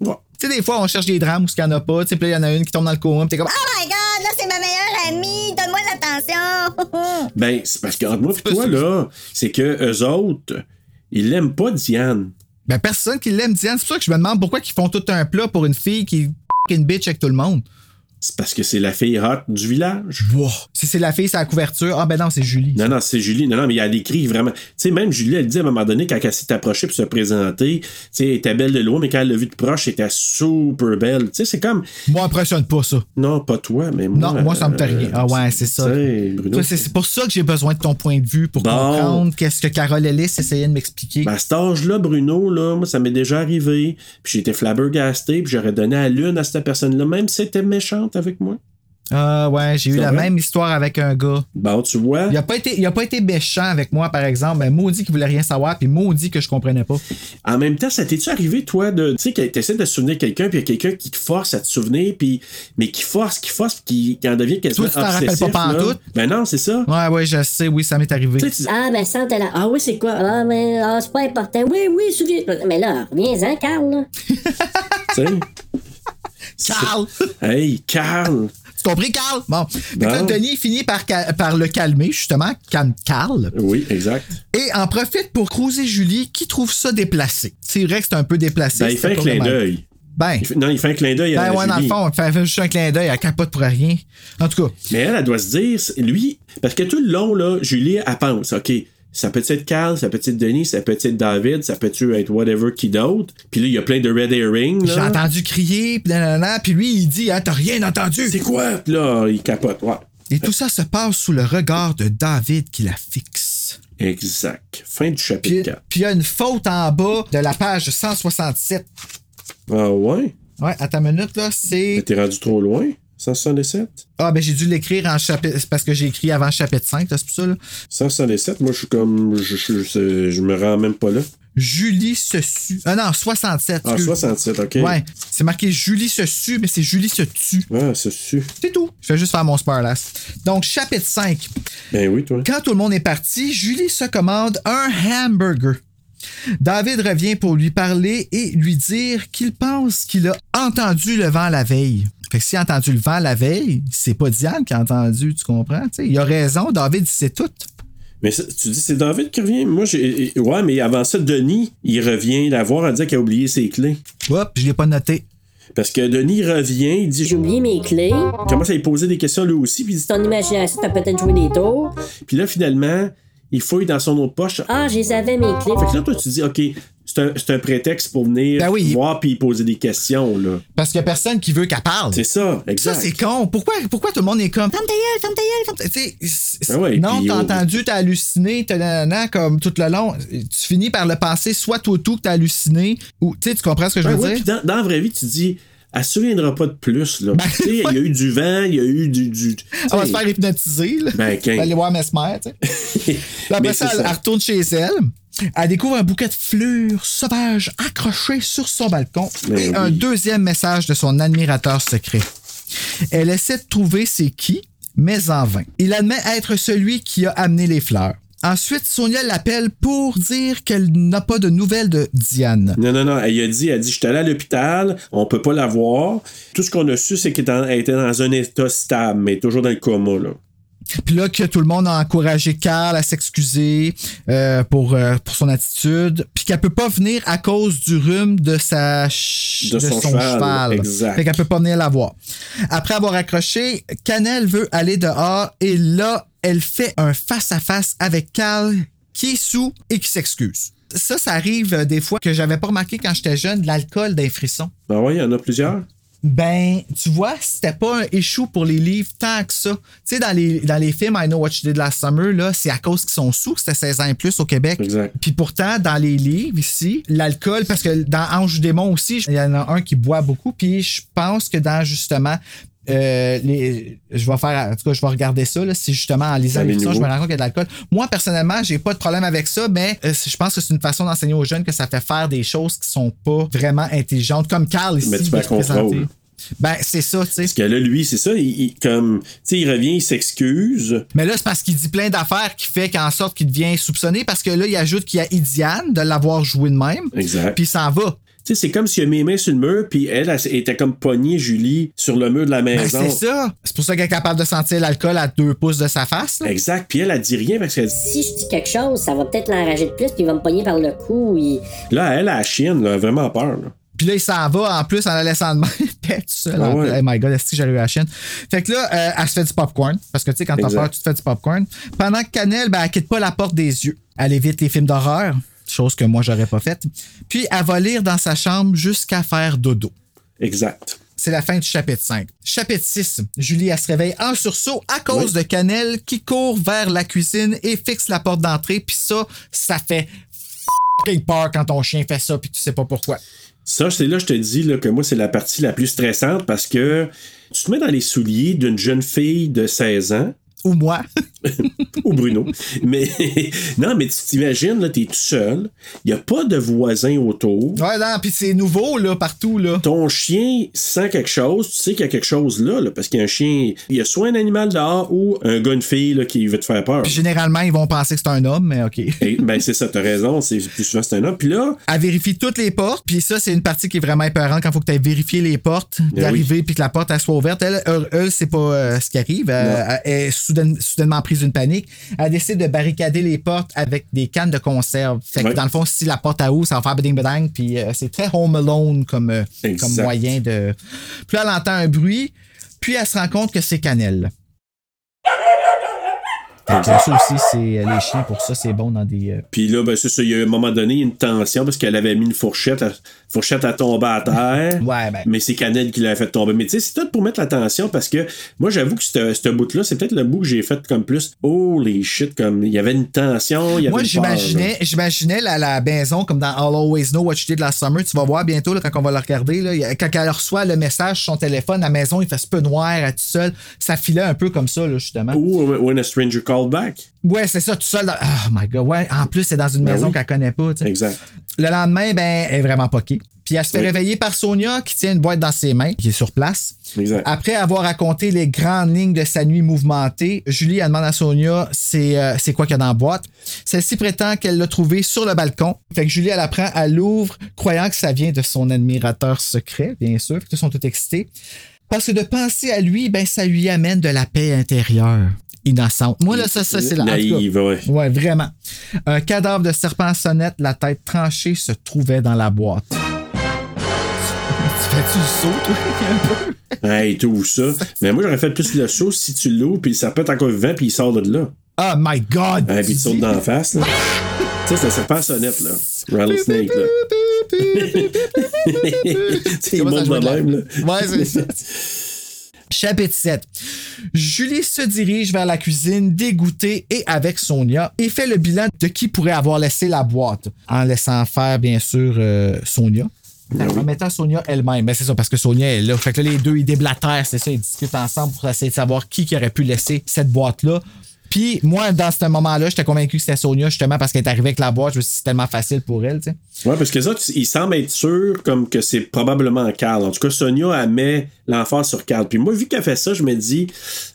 Speaker 7: Ouais.
Speaker 6: sais, des fois, on cherche des drames où il y en a pas, tu sais, puis là, il y en a une qui tombe dans le coma, puis t'es comme. Ah!
Speaker 2: Oh my god, là, c'est ma meilleure amie. Donne-moi de l'attention.
Speaker 7: Ben, c'est parce qu'entre moi et
Speaker 6: pas
Speaker 7: toi,
Speaker 6: ça.
Speaker 7: là, c'est que eux autres, ils l'aiment pas, Diane.
Speaker 6: Ben, personne qui l'aime, Diane. C'est pour ça que je me demande pourquoi ils font tout un plat pour une fille qui est une bitch avec tout le monde.
Speaker 7: C'est parce que c'est la fille hot du village.
Speaker 6: Wow. Si c'est la fille, c'est la couverture. Ah, ben non, c'est Julie.
Speaker 7: Non, non, c'est Julie. Non, non, mais elle écrit vraiment. Tu sais, même Julie, elle dit à un moment donné, quand elle s'est approchée pour se présenter, tu sais, elle était belle de loin, mais quand elle l'a vue de proche, elle était super belle. Tu sais, c'est comme.
Speaker 6: Moi, impressionne pas ça.
Speaker 7: Non, pas toi, mais moi. euh,
Speaker 6: Non, moi, ça me fait rien. Ah ouais, c'est ça.
Speaker 7: Tu sais, Bruno.
Speaker 6: Toi, C'est c'est pour ça que j'ai besoin de ton point de vue pour
Speaker 7: Bon.
Speaker 6: comprendre qu'est-ce que Carole Ellis essayait de m'expliquer.
Speaker 7: Ben, à cet âge-là, Bruno, là, moi, ça m'est déjà arrivé. Puis j'étais flabbergasté, puis j'aurais donné à l'une à cette personne-là, même si elle était méchante avec moi.
Speaker 6: Ah ouais, j'ai eu
Speaker 7: C'est
Speaker 6: la
Speaker 7: vrai?
Speaker 6: même histoire avec un gars.
Speaker 7: Bon, tu vois.
Speaker 6: Il a pas été, il a pas été méchant avec moi, par exemple. Ben, maudit qu'il voulait rien savoir, puis maudit que je comprenais pas.
Speaker 7: En même temps, ça t'es-tu arrivé, toi, de. Tu sais, que t'essaies de te souvenir quelqu'un, puis il y a quelqu'un qui te force à te souvenir, puis. Mais qui force, qui force, puis qui, qui en devient quasiment
Speaker 6: Toi, tu t'en rappelles
Speaker 7: obsessif,
Speaker 6: pas
Speaker 7: là.
Speaker 6: pantoute?
Speaker 7: Ben non, c'est ça.
Speaker 6: Ouais, ouais, je sais, oui, ça m'est arrivé.
Speaker 7: Tu sais, tu-
Speaker 4: Ah, ben, ça, t'es là. Ah, oui, c'est quoi? Ah, mais ah, c'est pas important. Oui, oui, souviens. Mais là, reviens-en, Carl, là.
Speaker 7: tu sais.
Speaker 6: Carl!
Speaker 7: Hey, Carl!
Speaker 6: tu compris, Carl? Bon. Fait que là,
Speaker 7: Bon.
Speaker 6: Denis finit par, ca- par le calmer, justement, calme Carl,
Speaker 7: Oui, exact.
Speaker 6: et en profite pour cruiser Julie, qui trouve ça déplacé. C'est vrai que c'est un peu déplacé.
Speaker 7: Ben, il
Speaker 6: c'était
Speaker 7: fait un
Speaker 6: pas
Speaker 7: clin
Speaker 6: vraiment-
Speaker 7: d'œil.
Speaker 6: Ben,
Speaker 7: Il fait- Non, il fait un clin d'œil à
Speaker 6: ben ouais, dans le
Speaker 7: Julie.
Speaker 6: fond, il fait juste un clin d'œil, elle capote pour rien. En tout cas,
Speaker 7: Mais elle, elle doit se dire, c'est- lui, parce que tout le long, là, Julie, elle pense, OK, ça peut être Carl, ça peut être Denis, ça peut être David, ça peut être whatever qui d'autre. Puis là, il y a plein de red herrings. là.
Speaker 6: j'ai entendu crier, puis nanana, puis lui, il dit, hein, t'as rien entendu.
Speaker 7: C'est quoi? Puis là, il capote. Ouais.
Speaker 6: Et tout ça se passe sous le regard de David qui la fixe.
Speaker 7: Exact. Fin du
Speaker 6: Puis
Speaker 7: chapitre
Speaker 6: puis il y a une faute en bas de la page 167.
Speaker 7: 4. Ah ouais?
Speaker 6: Ouais, à ta minute, là,
Speaker 7: Mais
Speaker 6: c'est.
Speaker 7: T'es rendu trop loin? 167?
Speaker 6: Ah, ben j'ai dû l'écrire en chapitre. C'est parce que j'ai écrit avant chapitre 5, là, c'est pour ça, là.
Speaker 7: 167? Moi, je suis comme. Je, je, je- je me rends même pas là.
Speaker 6: Julie se sue. Ah non, 67.
Speaker 7: Ah,
Speaker 6: excuse.
Speaker 7: 67, OK.
Speaker 6: Ouais, c'est marqué Julie se sue, mais c'est Julie se tue.
Speaker 7: Ah, c'est sûr.
Speaker 6: C'est tout. Je vais juste faire mon spoilass. Donc, chapitre 5.
Speaker 7: Ben oui, toi.
Speaker 6: Quand tout le monde est parti, Julie se commande un hamburger. David revient pour lui parler et lui dire qu'il pense qu'il a entendu le vent la veille. Fait que s'il a entendu le vent la veille, c'est pas Diane qui a entendu, tu comprends? tu sais. il a raison, David il sait tout.
Speaker 7: Mais ça- tu dis, c'est David qui revient? Moi, j'ai. Ouais, mais avant ça, Denis, il revient la voir à dire qu'il a oublié ses clés.
Speaker 6: Hop, je l'ai pas noté.
Speaker 7: Parce que Denis revient, il dit,
Speaker 9: J'ai
Speaker 7: je
Speaker 9: oublié mes clés.
Speaker 7: commence à lui poser des questions lui aussi, puis il dit-
Speaker 9: Ton imagination t'as peut-être joué des tours.
Speaker 7: puis là, finalement, il fouille dans son autre poche.
Speaker 9: Ah, je les avais, mes clés.
Speaker 7: Fait que là, toi, tu dis, OK, c'est un, c'est un prétexte pour venir
Speaker 6: Ben oui.
Speaker 7: voir puis poser des questions, là.
Speaker 6: Parce qu'il y a personne qui veut qu'elle parle.
Speaker 7: C'est ça,
Speaker 6: Ça,
Speaker 7: exact.
Speaker 6: c'est con. Pourquoi, pourquoi tout le monde est comme.
Speaker 2: Ferme ta gueule, ferme ta gueule, ferme ta
Speaker 6: Tu sais, c'est-
Speaker 7: Ben ouais,
Speaker 6: non,
Speaker 7: puis
Speaker 6: t'as
Speaker 7: au-
Speaker 6: entendu, t'as halluciné, t'as nanana, comme tout le long. Tu finis par le penser soit toi tout que t'as halluciné, ou tu sais, tu comprends ce que je
Speaker 7: Ben
Speaker 6: veux
Speaker 7: ouais,
Speaker 6: dire?
Speaker 7: puis dans, dans la vraie vie, tu dis, elle se souviendra pas de plus, là.
Speaker 6: Ben,
Speaker 7: Tu sais, il y a eu du vent, il y a eu du. du
Speaker 6: On va se faire hypnotiser, là.
Speaker 7: Ben, quinze.
Speaker 6: Elle va aller voir Mesmer, tu sais. Puis
Speaker 7: Mais
Speaker 6: Après ça,
Speaker 7: c'est
Speaker 6: elle,
Speaker 7: ça.
Speaker 6: elle retourne chez elle. Elle découvre un bouquet de fleurs sauvages accroché sur son balcon
Speaker 7: Ben
Speaker 6: et
Speaker 7: oui.
Speaker 6: un deuxième message de son admirateur secret. Elle essaie de trouver c'est qui, mais en vain. Il admet être celui qui a amené les fleurs. Ensuite, Sonia l'appelle pour dire qu'elle n'a pas de nouvelles de Diane.
Speaker 7: Non, non, non. Elle a dit, elle a dit, je suis allée à l'hôpital, on peut pas la voir. Tout ce qu'on a su, c'est qu'elle était dans un état stable, mais toujours dans le coma, là.
Speaker 6: Puis là, que tout le monde a encouragé Carl à s'excuser euh, pour, euh, pour son attitude. Puis qu'elle peut pas venir à cause du rhume de sa ch-
Speaker 7: De son cheval, exact.
Speaker 6: Fait qu'elle peut pas venir la voir. Après avoir accroché, Canel veut aller dehors et là, elle fait un face-à-face avec Carl qui est sous et qui s'excuse. Ça, ça arrive euh, des fois que j'avais pas remarqué quand j'étais jeune, l'alcool d'un frisson.
Speaker 7: Ben oui, il y en a plusieurs.
Speaker 6: Ben, tu vois, c'était pas un échou pour les livres tant que ça. Tu sais, dans les, dans les films I Know What You Did Last Summer, là, c'est à cause qu'ils sont sous que c'était 16 ans et plus au Québec.
Speaker 7: Exact.
Speaker 6: Puis pourtant, dans les livres ici, l'alcool, parce que dans Ange du démon aussi, il y en a un qui boit beaucoup. Puis je pense que dans justement. euh, les, je vais faire, en tout cas, je vais regarder ça. là, si justement en lisant
Speaker 7: Dans les
Speaker 6: les je me
Speaker 7: nouveaux.
Speaker 6: rends compte qu'il y a de l'alcool. Moi, personnellement, j'ai pas de problème avec ça, mais euh, je pense que c'est une façon d'enseigner aux jeunes que ça fait faire des choses qui sont pas vraiment intelligentes, comme Carl ici.
Speaker 7: Mais tu
Speaker 6: qui
Speaker 7: perds
Speaker 6: se présentait.
Speaker 7: contrôle.
Speaker 6: Ben, c'est ça, tu
Speaker 7: Parce
Speaker 6: sais.
Speaker 7: que là, lui, c'est ça, il, il- comme, tu sais, il revient, il s'excuse.
Speaker 6: Mais là, c'est parce qu'il dit plein d'affaires qui fait qu'en sorte qu'il devient soupçonné parce que là, il ajoute qu'il y a Idiane de l'avoir joué de même.
Speaker 7: Exact.
Speaker 6: Puis il s'en va.
Speaker 7: Tu sais, c'est comme s'il a mis les mains sur le mur, puis elle, elle, était comme pognée, Julie, sur le mur de la
Speaker 6: Ben,
Speaker 7: maison.
Speaker 6: c'est ça. C'est pour ça qu'elle est capable de sentir l'alcool à deux pouces de sa face. là.
Speaker 7: Exact. Puis elle, elle dit rien parce qu'elle dit.
Speaker 4: Si je dis quelque chose, ça va peut-être l'enrager de plus, puis il va me pogner par le cou. Il...
Speaker 7: Là, elle, elle a la chienne, là, elle a vraiment peur. là.
Speaker 6: Puis là, il s'en va en plus en la laissant de même. Puis tout seul.
Speaker 7: Ah
Speaker 6: en
Speaker 7: ouais.
Speaker 6: plus. Hey my god, est-ce que j'arrive à la chaîne? Fait que là, euh, elle se fait du popcorn. Parce que tu sais, quand t'as
Speaker 7: Exact.
Speaker 6: peur, tu te fais du popcorn. Pendant que Canel, ben, elle quitte pas la porte des yeux. Elle évite les films d'horreur, chose que moi, j'aurais pas faite. Puis elle va lire dans sa chambre jusqu'à faire dodo.
Speaker 7: Exact.
Speaker 6: C'est la fin du chapitre 5. Chapitre 6. Julie, elle se réveille en sursaut à cause de Canel qui court vers la cuisine et fixe la porte d'entrée. Puis ça, ça fait f***ing peur quand ton chien fait ça puis tu sais pas pourquoi.
Speaker 7: Ça, c'est là, je te dis là, que moi, c'est la partie la plus stressante parce que tu te mets dans les souliers d'une jeune fille de 16 ans.
Speaker 6: Ou moi.
Speaker 7: ou Bruno. Mais non, mais tu t'imagines, là, t'es tout seul, il n'y a pas de voisins autour.
Speaker 6: ouais, non, puis c'est nouveau, là, partout, là.
Speaker 7: Ton chien sent quelque chose, tu sais qu'il y a quelque chose là, là, parce qu'il y a un chien, il y a soit un animal dehors ou un gars, une fille là, qui veut te faire peur.
Speaker 6: Puis généralement, ils vont penser que c'est un homme, mais OK.
Speaker 7: Et, ben c'est ça, t'as raison, c'est plus souvent c'est un homme. Puis là,
Speaker 6: Elle vérifie toutes les portes, puis ça, c'est une partie qui est vraiment épeurante quand il faut que tu ailles vérifier les portes,
Speaker 7: Ben oui.
Speaker 6: d'arriver, puis que la porte elle soit ouverte. Elle, elle, elle, c'est pas euh, ce qui arrive. Euh, elle est soudaine- soudainement prise d'une panique. Elle décide de barricader les portes avec des cannes de conserve. Fait que
Speaker 7: Ouais.
Speaker 6: dans le fond, si la porte à eau, ça va faire beding bedang, puis euh, c'est très home alone comme, euh,
Speaker 7: Exact.
Speaker 6: comme moyen de. Puis là, elle entend un bruit, puis elle se rend compte que c'est Cannelle. Donc, Ça aussi, c'est euh, les chiens, pour ça, c'est bon dans des. euh,
Speaker 7: puis là, ben c'est ça, il y a eu un moment donné il y a une tension parce qu'elle avait mis une fourchette, la fourchette a tombé à terre.
Speaker 6: Ouais, ben.
Speaker 7: Mais c'est Canel qui l'a fait tomber. Mais tu sais, c'est tout pour mettre l'attention parce que moi, j'avoue que ce ce bout-là, c'est peut-être le bout que j'ai fait comme plus. Holy shit, comme il y avait une tension. il Y avait euh,
Speaker 6: Moi,
Speaker 7: une peur,
Speaker 6: j'imaginais, j'imaginais la, la maison comme dans All Always Know What You Did Last Summer. Tu vas voir bientôt là, quand on va la regarder. Là, il y a- quand elle reçoit le message sur son téléphone, la maison, il fait ce peu noir, elle est toute seule. Ça filait un peu comme ça, là, justement.
Speaker 7: là. Ou euh, When a Stranger Called Back.
Speaker 6: Ouais, c'est ça, tout seul. dans- Oh my God, ouais. En plus, c'est dans une
Speaker 7: Ben
Speaker 6: maison
Speaker 7: oui.
Speaker 6: qu'elle connaît pas. tu sais.
Speaker 7: Exact.
Speaker 6: Le lendemain, ben, elle est vraiment poquée. Puis elle se fait
Speaker 7: Oui.
Speaker 6: réveiller par Sonia qui tient une boîte dans ses mains, qui est sur place.
Speaker 7: Exact.
Speaker 6: Après avoir raconté les grandes lignes de sa nuit mouvementée, Julie elle demande à Sonia c'est euh, c'est quoi qu'il y a dans la boîte. Celle-ci prétend qu'elle l'a trouvé sur le balcon. Fait que Julie elle apprend à l'ouvre, croyant que ça vient de son admirateur secret, bien sûr. Fait que Ils sont tout excités. Parce que de penser à lui, ben ça lui amène de la paix intérieure. Innocente. Moi, là, ça, ça c'est la en tout cas,
Speaker 7: Naïve, ouais.
Speaker 6: Ouais, vraiment. Un cadavre de serpent à sonnette, la tête tranchée, se trouvait dans la boîte. tu fais-tu le saut, toi?
Speaker 7: Hey, tout ça. Mais moi, j'aurais fait plus le saut si tu l'ouvres, puis ça peut être encore vivant, puis il sort de là.
Speaker 6: Oh my god!
Speaker 7: Hein, puis il
Speaker 6: tu
Speaker 7: saute
Speaker 6: dis-
Speaker 7: dans la face, là. Tu sais, c'est un serpent à sonnette, là. Rattlesnake, là. tu sais, il
Speaker 6: Comment ça
Speaker 7: monte
Speaker 6: joue de
Speaker 7: de
Speaker 6: la-
Speaker 7: même, là.
Speaker 6: Ouais, c'est ça. Chapitre 7. Julie se dirige vers la cuisine, dégoûtée et avec Sonia, et fait le bilan de qui pourrait avoir laissé la boîte, en laissant faire, bien sûr, euh, Sonia.
Speaker 7: Ben
Speaker 6: En mettant Sonia elle-même. Mais c'est ça, parce que Sonia est là. Fait que là, les deux, ils déblatèrent, c'est ça, ils discutent ensemble pour essayer de savoir qui, qui aurait pu laisser cette boîte-là. Puis Puis moi, dans ce moment-là, j'étais convaincu que c'était Sonia, justement, parce qu'elle est arrivée avec la boîte. Je me suis dit, c'est tellement facile pour elle, tu sais.
Speaker 7: Ouais, parce que les autres, ils semblent être sûrs comme que c'est probablement Carl. En tout cas, Sonia, elle met l'emphase sur Carl. Puis moi, vu qu'elle fait ça, je me dis,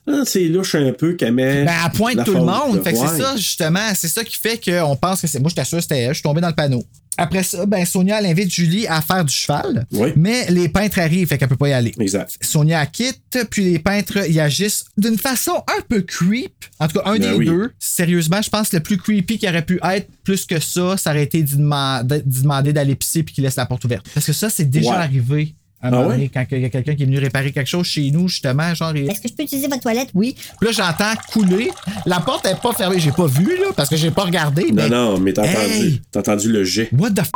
Speaker 7: ah, c'est louche un peu qu'elle met.
Speaker 6: Ben, elle pointe
Speaker 7: la
Speaker 6: tout le
Speaker 7: faute.
Speaker 6: monde. Fait que
Speaker 7: Ouais.
Speaker 6: c'est ça, justement. C'est ça qui fait qu'on pense que c'est. Moi, j'étais sûr que c'était elle. Je suis tombé dans le panneau. Après ça, ben, Sonia, elle invite Julie à faire du cheval.
Speaker 7: Oui.
Speaker 6: Mais les peintres arrivent, fait qu'elle peut pas y aller.
Speaker 7: Exact.
Speaker 6: Sonia quitte, puis les peintres y agissent d'une façon un peu creep. En tout cas, un
Speaker 7: Ben
Speaker 6: des
Speaker 7: oui.
Speaker 6: deux. Sérieusement, je pense que le plus creepy qui aurait pu être, plus que ça, ça aurait été d'y demand- d'y demander d'aller pisser puis qu'il laisse la porte ouverte. Parce que ça, c'est déjà
Speaker 7: Ouais.
Speaker 6: arrivé. À un
Speaker 7: Ah
Speaker 6: moment
Speaker 7: ouais?
Speaker 6: donné, quand il y a quelqu'un qui est venu réparer quelque chose chez nous, justement, genre, et-
Speaker 2: Est-ce que je peux utiliser votre toilette? Oui.
Speaker 6: puis là, j'entends couler. La porte n'est pas fermée. J'ai pas vu, là, parce que j'ai pas regardé.
Speaker 7: Non,
Speaker 6: mais
Speaker 7: non, mais t'as
Speaker 6: Hey!
Speaker 7: entendu, t'as entendu le jet.
Speaker 6: What the f?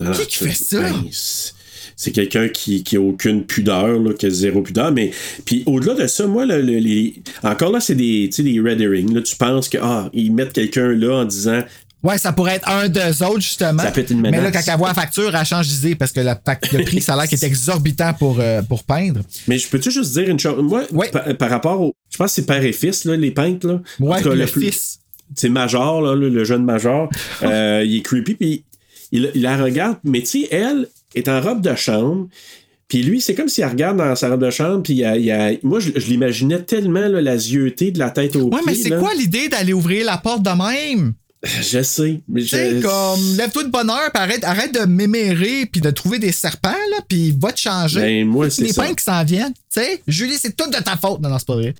Speaker 7: Non,
Speaker 6: Qui
Speaker 7: non,
Speaker 6: qui fait
Speaker 7: c'est-
Speaker 6: ça?
Speaker 7: ben, c'est- c'est quelqu'un qui, qui a aucune pudeur, là, qui a zéro pudeur. Mais puis au-delà de ça, moi, le- le- les, encore là, c'est des, tu sais, des red herrings. Là, tu penses que ah, ils mettent quelqu'un là en disant
Speaker 6: Ouais, ça pourrait être un d'eux autres, justement.
Speaker 7: Ça peut être une
Speaker 6: Mais là,
Speaker 7: menace.
Speaker 6: quand elle voit la facture, elle change d'idée parce que la fac- le prix, ça a l'air qu'il est exorbitant pour, euh, pour peindre.
Speaker 7: Mais je peux-tu juste dire une chose? Moi,
Speaker 6: Ouais.
Speaker 7: par, par rapport au. Je pense que c'est père et fils, là, les peintres. Là. En
Speaker 6: Ouais,
Speaker 7: tout cas,
Speaker 6: le
Speaker 7: plus-
Speaker 6: fils.
Speaker 7: C'est Major, là, le, le jeune Major. euh, il est creepy, puis il, il la regarde. Mais tu sais, elle est en robe de chambre. Puis lui, c'est comme s'il la regarde dans sa robe de chambre, puis il a- il a- moi, je, je l'imaginais tellement, là, la zieutée de la tête aux
Speaker 6: Ouais,
Speaker 7: pieds.
Speaker 6: mais c'est
Speaker 7: là.
Speaker 6: quoi l'idée d'aller ouvrir la porte de même?
Speaker 7: Je sais. Mais
Speaker 6: Tu sais,
Speaker 7: je-
Speaker 6: comme, lève-toi de bonne heure, puis arrête, arrête de mémérer, puis de trouver des serpents, là, puis va te changer.
Speaker 7: Ben, moi, c'est
Speaker 6: des
Speaker 7: ça.
Speaker 6: peintres qui s'en viennent. Tu sais, Julie, c'est toute de ta faute. Non, non, c'est pas vrai.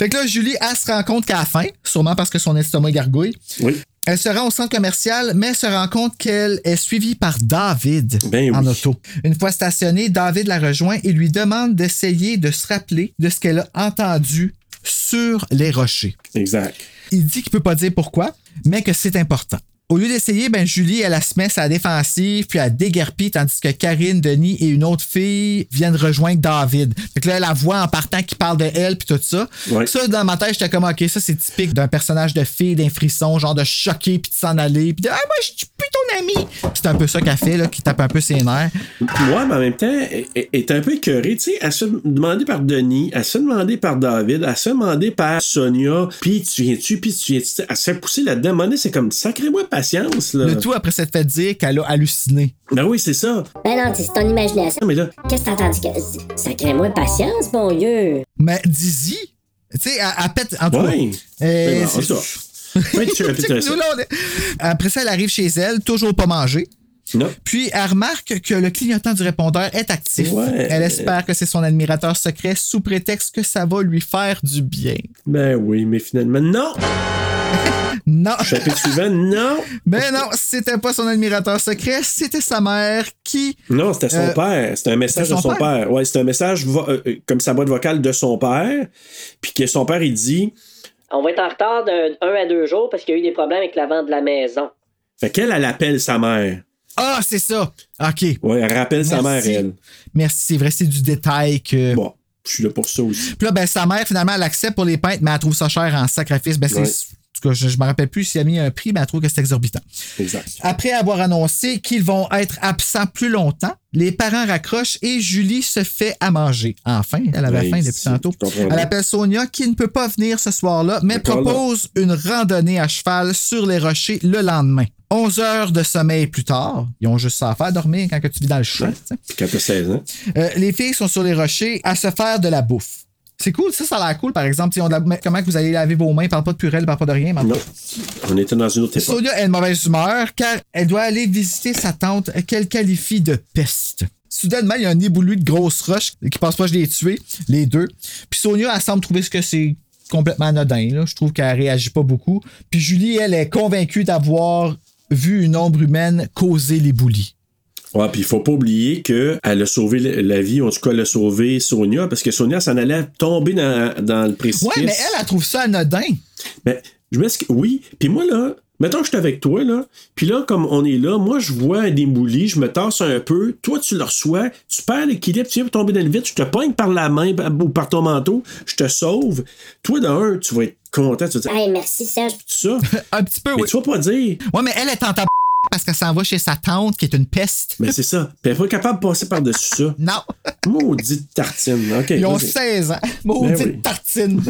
Speaker 6: Fait que là, Julie, elle se rend compte qu'à la faim, sûrement parce que son estomac gargouille.
Speaker 7: Oui.
Speaker 6: Elle se rend au centre commercial, mais se rend compte qu'elle est suivie par David
Speaker 7: Ben
Speaker 6: en
Speaker 7: oui.
Speaker 6: auto. Une fois stationnée, David la rejoint et lui demande d'essayer de se rappeler de ce qu'elle a entendu sur les rochers.
Speaker 7: Exact.
Speaker 6: Il dit qu'il peut pas dire pourquoi, mais que c'est important. Au lieu d'essayer, ben Julie, elle la se met sa défensive, puis elle déguerpit, tandis que Karine, Denis et une autre fille viennent rejoindre David. Fait que là, elle la voit en partant qui parle de elle, puis tout ça.
Speaker 7: Ouais.
Speaker 6: Ça, dans ma tête, j'étais comme, OK, ça, c'est typique d'un personnage de fille, d'un frisson, genre de choquer, puis de s'en aller, puis de, ah, moi, je suis plus ton ami. C'est un peu ça qu'elle fait, là, qui tape un peu ses nerfs.
Speaker 7: Moi, mais en même temps, elle elle est un peu écœurée. Tu sais, elle se fait demander par Denis, elle se fait demander par David, elle se fait demander par Sonia, puis tu viens-tu, puis tu viens-tu. Elle se fait pousser là-dedans. À un moment donné, c'est comme sacrez-moi patience, là.
Speaker 6: Le tout après s'être fait dire qu'elle a halluciné.
Speaker 7: Ben oui, c'est ça.
Speaker 4: Ben non, c'est ton imagination.
Speaker 7: Non, mais là,
Speaker 4: Qu'est-ce que t'as entendu? Que- Sacrez-moi patience, bon Dieu.
Speaker 6: Mais Dizzy, tu sais, elle, elle pète, en tout cas,
Speaker 7: ouais.
Speaker 6: euh,
Speaker 7: Ben, en
Speaker 6: c'est-
Speaker 7: tout cas. Ouais, tu répètes
Speaker 6: Check-nous,
Speaker 7: ça.
Speaker 6: là, on est- Après ça, elle arrive chez elle, toujours pas mangée.
Speaker 7: Non.
Speaker 6: Puis elle remarque que le clignotant du répondeur est actif.
Speaker 7: Ouais.
Speaker 6: Elle espère que c'est son admirateur secret sous prétexte que ça va lui faire du bien.
Speaker 7: Ben oui, mais finalement, non.
Speaker 6: Non,
Speaker 7: Chapitre suivant, non.
Speaker 6: mais non, c'était pas son admirateur secret, c'était sa mère qui.
Speaker 7: Non, c'était son
Speaker 6: Euh,
Speaker 7: père. C'était un message
Speaker 6: c'était
Speaker 7: de
Speaker 6: son
Speaker 7: son père. Ouais, c'était un message vo- euh, euh, comme sa boîte vocale de son père. Puis que son père, il dit.
Speaker 9: On va être en retard d'un un à deux jours parce qu'il y a eu des problèmes avec la vente de la maison.
Speaker 7: Fait qu'elle, elle appelle sa mère.
Speaker 6: Ah, c'est ça! OK.
Speaker 7: Ouais, elle rappelle sa mère,
Speaker 6: Merci. Euh,
Speaker 7: elle.
Speaker 6: Merci, c'est vrai, c'est du détail que.
Speaker 7: Bon, je suis là pour ça aussi.
Speaker 6: Puis là, ben, sa mère, finalement, elle accepte pour les peintres, mais elle trouve ça cher en sacrifice. Ben, c'est.
Speaker 7: Ouais.
Speaker 6: En tout cas, je, je me rappelle plus s'il a mis un prix, mais elle trouve que c'est exorbitant.
Speaker 7: Exact.
Speaker 6: Après avoir annoncé qu'ils vont être absents plus longtemps, les parents raccrochent et Julie se fait à manger. Enfin, elle avait
Speaker 7: Oui,
Speaker 6: faim depuis
Speaker 7: si,
Speaker 6: tantôt.
Speaker 7: je Ben, comprends bien.
Speaker 6: Elle appelle Sonia qui ne peut pas venir ce soir-là, mais
Speaker 7: D'accord, là.
Speaker 6: propose une randonnée à cheval sur les rochers le lendemain. 11 heures de sommeil plus tard, ils ont juste ça à faire dormir quand que tu vis dans le champ. tu sais.
Speaker 7: Puis qu'elle a 16 ans.
Speaker 6: Euh, les filles sont sur les rochers à se faire de la bouffe. C'est cool, ça, ça a l'air cool, par exemple. si on de la- mais Comment que vous allez laver vos mains, parle pas de purée, parle pas de rien. mais en tout
Speaker 7: Non. On était dans une autre époque.
Speaker 6: Sonia a une mauvaise humeur car elle doit aller visiter sa tante qu'elle qualifie de peste. Soudainement, il y a un éboulu de grosses roches qui passe pas, je les tuer, les deux. Puis Sonia, elle semble trouver ce que c'est complètement anodin. là. Je trouve qu'elle réagit pas beaucoup. Puis Julie, elle est convaincue d'avoir vu une ombre humaine causer l'éboulis.
Speaker 7: Ouais, puis il faut pas oublier qu'elle a sauvé la la vie, en tout cas, elle a sauvé Sonia, parce que Sonia s'en allait tomber dans, dans le précipice.
Speaker 6: Ouais, mais elle, elle trouve ça anodin.
Speaker 7: Ben, je m'excuse. Oui. Puis moi, là, mettons que je suis avec toi, là. Puis là, comme on est là, moi, je vois un démouli, je me tasse un peu. Toi, tu le reçois. Tu perds l'équilibre, tu viens pour tomber dans le vide. Je te poigne par la main par- ou par ton manteau. Je te sauve. Toi, d'un, tu vas être content. Tu vas dire,
Speaker 4: Hey, merci Serge.
Speaker 7: ça.
Speaker 6: Un petit peu,
Speaker 7: Mais
Speaker 6: oui.
Speaker 7: tu vas pas dire,
Speaker 6: Ouais, mais elle est en tab... parce qu'elle s'en va chez sa tante qui est une peste.
Speaker 7: Mais c'est ça. Puis elle est pas capable de passer par-dessus ça.
Speaker 6: Non.
Speaker 7: Maudite tartine. OK.
Speaker 6: Ils ont
Speaker 7: vas-y.
Speaker 6: 16 ans. Maudite
Speaker 7: oui.
Speaker 6: tartine.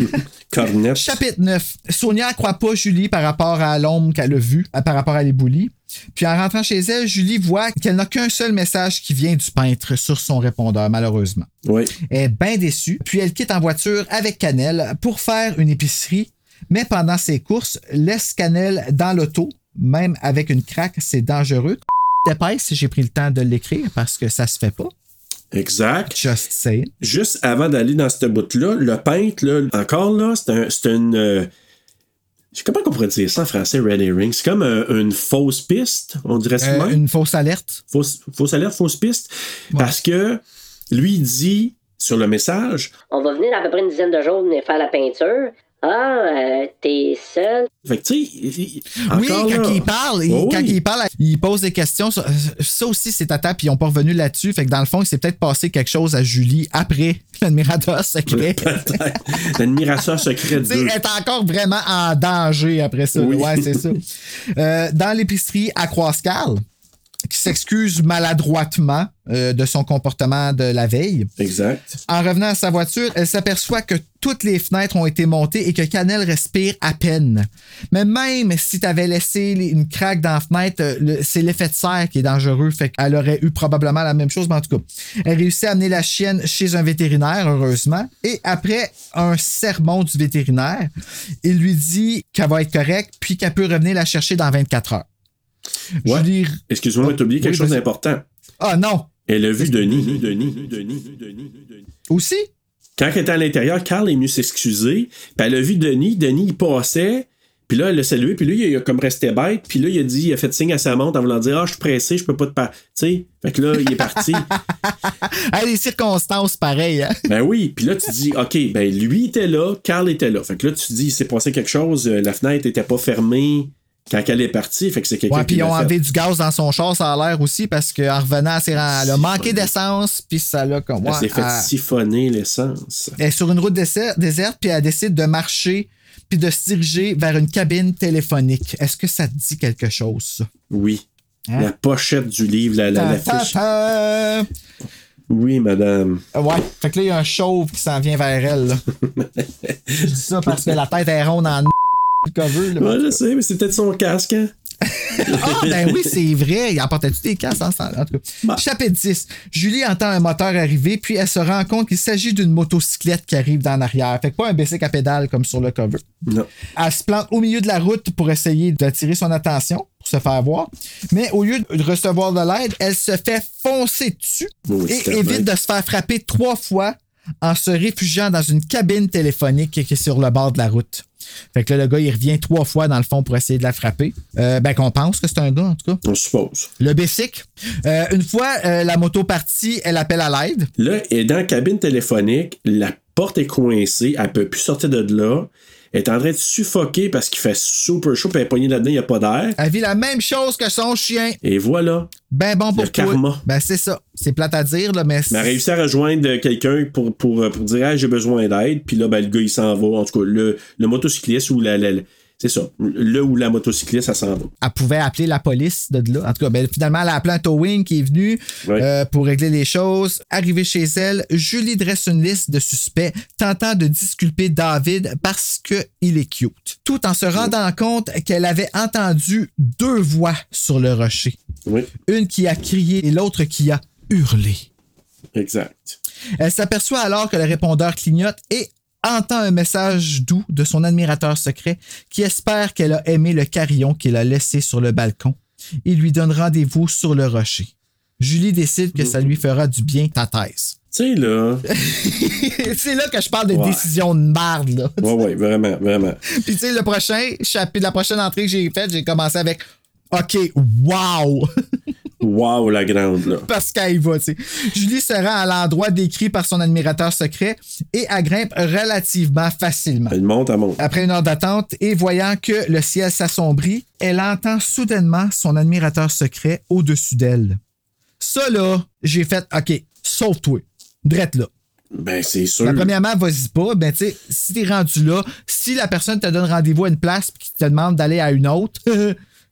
Speaker 7: Cornette.
Speaker 6: Chapitre 9. Sonia croit pas Julie par rapport à l'ombre qu'elle a vue, euh, par rapport à l'éboulis. Puis en rentrant chez elle, Julie voit qu'elle n'a qu'un seul message qui vient du peintre sur son répondeur, malheureusement.
Speaker 7: Oui.
Speaker 6: Elle est bien déçue, puis elle quitte en voiture avec Canel pour faire une épicerie, mais pendant ses courses, laisse Canel dans l'auto, même avec une craque, c'est dangereux. Dépêche, j'ai pris le temps de l'écrire parce que ça se fait pas.
Speaker 7: Exact.
Speaker 6: Just saying.
Speaker 7: Juste avant d'aller dans cette bout-là, le peintre, là, encore là, c'est un, c'est une. euh, je sais comment on pourrait dire ça en français, Red Herring? C'est comme euh, une fausse piste, on dirait ça
Speaker 6: Euh,
Speaker 7: même.
Speaker 6: une fausse alerte.
Speaker 7: fausse, fausse alerte, fausse piste. Parce que lui il dit sur le message,
Speaker 9: On va venir à peu près une dizaine de jours venir faire la peinture. Ah, euh, t'es seul.
Speaker 7: fait que tu sais, il- il-
Speaker 6: oui,
Speaker 7: encore
Speaker 6: quand
Speaker 7: là.
Speaker 6: il parle, il,
Speaker 7: Oh oui.
Speaker 6: quand il parle, il pose des questions. Ça, ça aussi, c'est à table, puis ils n'ont pas revenu là-dessus. Fait que dans le fond, il s'est peut-être passé quelque chose à Julie après l'admirateur secret.
Speaker 7: L'admirateur secret
Speaker 6: Tu sais,
Speaker 7: 2.
Speaker 6: elle est encore vraiment en danger après ça.
Speaker 7: Oui.
Speaker 6: Ouais, c'est ça. Euh, dans l'épicerie à Croiscal, qui s'excuse maladroitement euh, de son comportement de la veille.
Speaker 7: Exact.
Speaker 6: En revenant à sa voiture, elle s'aperçoit que toutes les fenêtres ont été montées et que Canel respire à peine. Mais même si t'avais laissé les- une craque dans la fenêtre, euh, le- c'est l'effet de serre qui est dangereux. Fait qu'elle aurait eu probablement la même chose, mais en tout cas. Elle réussit à amener la chienne chez un vétérinaire, heureusement. Et après un sermon du vétérinaire, il lui dit qu'elle va être correcte puis qu'elle peut revenir la chercher dans 24 heures.
Speaker 7: Ouais.
Speaker 6: Julie-
Speaker 7: Excuse-moi, t'as oublié quelque
Speaker 6: Oui,
Speaker 7: chose
Speaker 6: vas-y.
Speaker 7: d'important.
Speaker 6: Ah non!
Speaker 7: Elle a vu Denis. Denis, Denis, Denis, Denis.
Speaker 6: Aussi?
Speaker 7: Quand elle était à l'intérieur, Carl est venu s'excuser. Puis elle a vu Denis. Denis, il passait. Puis là, elle l'a salué. Puis lui, il a comme resté bête. Puis là, il a dit, il a fait signe à sa montre en voulant dire Ah, je suis pressé, je peux pas te parler. Tu sais, fait que là, il est parti.
Speaker 6: Ah, les circonstances pareilles, hein?
Speaker 7: ben oui. Puis là, tu dis OK, ben lui était là, Carl était là. Fait que là, tu dis Il s'est passé quelque chose, euh, la fenêtre était pas fermée quand elle est partie. Fait que c'est quelqu'un
Speaker 6: Ouais, puis
Speaker 7: qui
Speaker 6: ils
Speaker 7: l'a
Speaker 6: ont
Speaker 7: fait.
Speaker 6: enlevé du gaz dans son char, ça a l'air aussi, parce qu'en revenant, elle, s'est rend- elle a manqué d'essence, puis ça l'a comme.
Speaker 7: Elle
Speaker 6: ouais, ah.
Speaker 7: s'est fait
Speaker 6: elle-
Speaker 7: siphonner l'essence.
Speaker 6: elle est sur une route désert- déserte, puis elle décide de marcher, puis de se diriger vers une cabine téléphonique. Est-ce que ça te dit quelque chose, ça?
Speaker 7: Oui.
Speaker 6: Hein?
Speaker 7: La pochette du livre, la, la, la
Speaker 6: Ta- ta-
Speaker 7: fiche.
Speaker 6: ta-
Speaker 7: Oui, madame.
Speaker 6: Ouais, fait que là, il y a un chauve qui s'en vient vers elle. là. Je dis ça parce que la tête est ronde en le cover. là.
Speaker 7: Ouais, je sais, mais c'est peut-être son casque. hein?
Speaker 6: Ah, ben oui, c'est vrai. Il emportait-tu des casses en ce temps-là? En tout cas.
Speaker 7: Bah.
Speaker 6: Chapitre 10. Julie entend un moteur arriver, puis elle se rend compte qu'il s'agit d'une motocyclette qui arrive dans l'arrière. Fait que pas un bicycle à pédale comme sur le cover.
Speaker 7: Non.
Speaker 6: Elle se plante au milieu de la route pour essayer d'attirer son attention, pour se faire voir. Mais au lieu de recevoir de l'aide, elle se fait foncer dessus
Speaker 7: Oui,
Speaker 6: et
Speaker 7: c'est
Speaker 6: évite de se faire frapper trois fois en se réfugiant dans une cabine téléphonique qui est sur le bord de la route. Fait que là, le gars, il revient trois fois dans le fond pour essayer de la frapper. Euh, ben, qu'on pense que c'est un gars, en tout cas.
Speaker 7: On suppose.
Speaker 6: Le Bessic. Euh, une fois euh, la moto partie, elle appelle à l'aide.
Speaker 7: Là, elle est dans la cabine téléphonique, la porte est coincée, elle peut plus sortir de là. Elle est en train de suffoquer parce qu'il fait super chaud, puis elle est poignée là-dedans, il n'y a pas d'air.
Speaker 6: Elle vit la même chose que son chien.
Speaker 7: Et voilà.
Speaker 6: Ben bon pour
Speaker 7: Le
Speaker 6: toi.
Speaker 7: karma.
Speaker 6: Ben c'est ça. C'est plate à dire, là, mais
Speaker 7: Mais elle a réussi à rejoindre quelqu'un pour, pour, pour dire ah, j'ai besoin d'aide, puis là, ben, le gars, il s'en va. En tout cas, le, le motocycliste ou la. la- la- c'est ça. Le ou la motocycliste, elle s'en va.
Speaker 6: elle pouvait appeler la police de là. En tout cas, ben, finalement, elle a appelé un towing qui est venu
Speaker 7: Ouais.
Speaker 6: euh, pour régler les choses. Arrivée chez elle, Julie dresse une liste de suspects tentant de disculper David parce qu'il est cute, tout en se rendant compte qu'elle avait entendu deux voix sur le rocher.
Speaker 7: Oui,
Speaker 6: Une qui a crié et l'autre qui a hurlé.
Speaker 7: exact.
Speaker 6: Elle s'aperçoit alors que le répondeur clignote et entend un message doux de son admirateur secret qui espère qu'elle a aimé le carillon qu'il a laissé sur le balcon et lui donne rendez-vous sur le rocher. Julie décide que ça lui fera du bien ta thèse.
Speaker 7: Tu sais, là.
Speaker 6: c'est là que je parle de
Speaker 7: Ouais.
Speaker 6: décision de marde, là.
Speaker 7: Ouais, ouais, vraiment, vraiment.
Speaker 6: Puis tu sais, le prochain chapitre, la prochaine entrée que j'ai faite, j'ai commencé avec OK, wow!
Speaker 7: Waouh, la grande, là.
Speaker 6: parce qu'elle y va, tu sais. Julie se rend à l'endroit décrit par son admirateur secret et elle grimpe relativement facilement.
Speaker 7: Elle monte, elle monte.
Speaker 6: Après une heure d'attente et voyant que le ciel s'assombrit, elle entend soudainement son admirateur secret au-dessus d'elle. Ça là, j'ai fait OK, sauve-toi. Drette là.
Speaker 7: Ben, c'est sûr.
Speaker 6: La premièrement, vas-y pas, ben tu sais, si t'es rendu là, si la personne te donne rendez-vous à une place et qui te demande d'aller à une autre,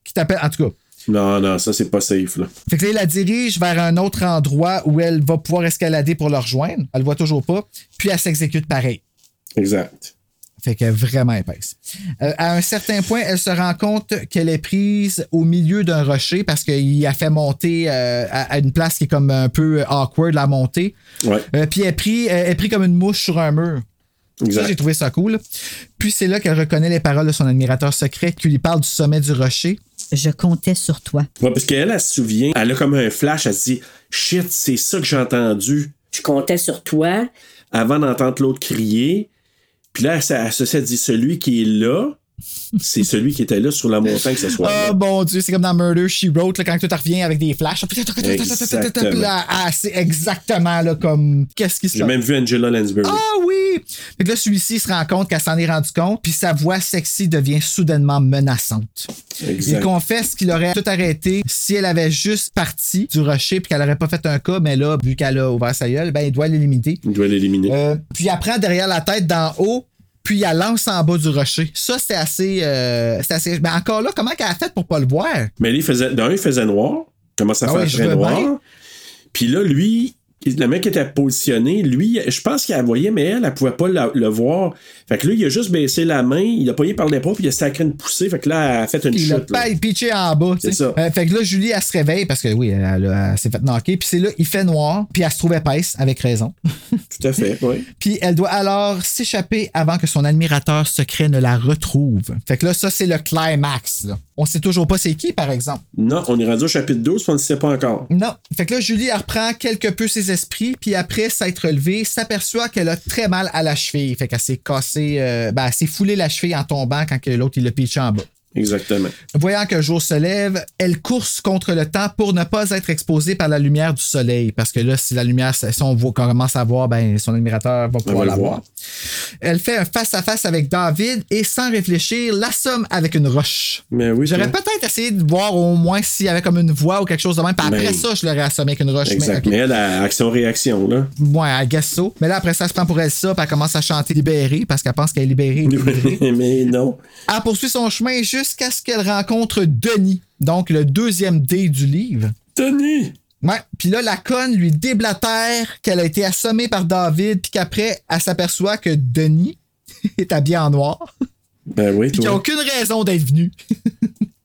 Speaker 6: qui t'appelle en tout cas.
Speaker 7: Non, non, ça, c'est pas safe, là.
Speaker 6: Fait que là, il la dirige vers un autre endroit où elle va pouvoir escalader pour le rejoindre. Elle le voit toujours pas. Puis elle s'exécute pareil.
Speaker 7: Exact.
Speaker 6: Fait qu'elle est vraiment épaisse. Euh, à un certain point, elle se rend compte qu'elle est prise au milieu d'un rocher parce qu'il a fait monter euh, à, à une place qui est comme un peu awkward la montée.
Speaker 7: Ouais,
Speaker 6: Euh, puis elle est, pris, elle est pris comme une mouche sur un mur. Ça,
Speaker 7: exact.
Speaker 6: j'ai trouvé ça cool. Puis c'est là qu'elle reconnaît les paroles de son admirateur secret qui lui parle du sommet du rocher.
Speaker 11: Je comptais sur toi.
Speaker 7: Ouais, parce qu'elle, elle se souvient, elle a comme un flash, elle se dit Shit, c'est ça que j'ai entendu
Speaker 12: Je comptais sur toi.
Speaker 7: avant d'entendre l'autre crier. Puis là, elle, s- elle se elle dit Celui qui est là, c'est celui qui était là sur la montagne que ce soit.
Speaker 6: Oh mon dieu, c'est comme dans Murder She Wrote, là, quand tout revient avec des flashs.
Speaker 7: Exactement.
Speaker 6: Là, ah, c'est exactement là comme. Qu'est-ce qui se
Speaker 7: J'ai
Speaker 6: passe?
Speaker 7: même vu Angela Lansbury.
Speaker 6: Ah oui! Fait que là, celui-ci se rend compte qu'elle s'en est rendu compte, puis sa voix sexy devient soudainement menaçante. Il
Speaker 7: Exact.
Speaker 6: confesse qu'il aurait tout arrêté si elle avait juste parti du rocher puis qu'elle aurait pas fait un cas, mais là, vu qu'elle a ouvert sa gueule, ben, il doit l'éliminer.
Speaker 7: Il doit l'éliminer.
Speaker 6: Euh, puis elle prend derrière la tête d'en haut, puis elle lance en bas du rocher. Ça, c'est assez. euh, c'est assez... Mais encore là, comment qu'elle a fait pour pas le voir?
Speaker 7: Mais lui, il faisait, d'un, il faisait noir. Il commence à
Speaker 6: Ah
Speaker 7: faire
Speaker 6: oui, je
Speaker 7: très
Speaker 6: veux
Speaker 7: noir.
Speaker 6: bien.
Speaker 7: Puis là, lui, le mec était positionné. Lui, je pense qu'elle voyait, mais elle, elle pouvait pas la- le voir. Fait que là, il a juste baissé la main, il a pogné par l'épaule, puis il a sacré une poussée. Fait que là, elle a fait une
Speaker 6: Il l'a
Speaker 7: chute. là.
Speaker 6: pas pitché en bas. tu
Speaker 7: C'est
Speaker 6: sais.
Speaker 7: ça.
Speaker 6: Euh, fait que là, Julie, elle se réveille parce que oui, elle, a- elle s'est fait knocker. Puis c'est là, il fait noir, puis elle se trouve épaisse, avec raison.
Speaker 7: Tout à fait, oui.
Speaker 6: Puis elle doit alors s'échapper avant que son admirateur secret ne la retrouve. Fait que là, ça, c'est le climax. là. On sait toujours pas c'est qui, par exemple.
Speaker 7: Non, on est rendu au chapitre 12, puis on ne sait pas encore.
Speaker 6: Non. Fait que là, Julie, elle reprend quelque peu ses esprits, puis après s'être relevée, s'aperçoit qu'elle a très mal à la cheville. Fait qu'elle s'est cassée, euh, ben, elle s'est foulée la cheville en tombant quand que l'autre, il l'a pitché en bas.
Speaker 7: Exactement.
Speaker 6: Voyant que le jour se lève, elle course contre le temps pour ne pas être exposée par la lumière du soleil. Parce que là, si la lumière, si on voit- commence à voir, ben, son admirateur va pouvoir
Speaker 7: va le
Speaker 6: la
Speaker 7: voir.
Speaker 6: voir. Elle fait un face-à-face avec David et sans réfléchir, l'assomme avec une roche.
Speaker 7: Mais oui,
Speaker 6: J'aurais
Speaker 7: c'est-
Speaker 6: peut-être essayé de voir au moins s'il y avait comme une voix ou quelque chose de même. Puis après
Speaker 7: Mais-
Speaker 6: ça, je l'aurais assommé avec une roche.
Speaker 7: Exact.
Speaker 6: Mais,
Speaker 7: Mais elle, a action-réaction, là.
Speaker 6: ok, ouais, à Gasso. Mais là, après ça, elle se prend pour elle ça, puis elle commence à chanter libérée parce qu'elle pense qu'elle est libérée.
Speaker 7: mais non.
Speaker 6: Elle poursuit son chemin jusqu'à ce qu'elle rencontre Denis, donc le deuxième dé du livre.
Speaker 7: Tony!
Speaker 6: Ouais. Puis là, la conne lui déblatère qu'elle a été assommée par David, puis qu'après, elle s'aperçoit que Denis est habillé en noir,
Speaker 7: Ben oui,
Speaker 6: puis qu'il n'y a
Speaker 7: toi.
Speaker 6: aucune raison d'être venu.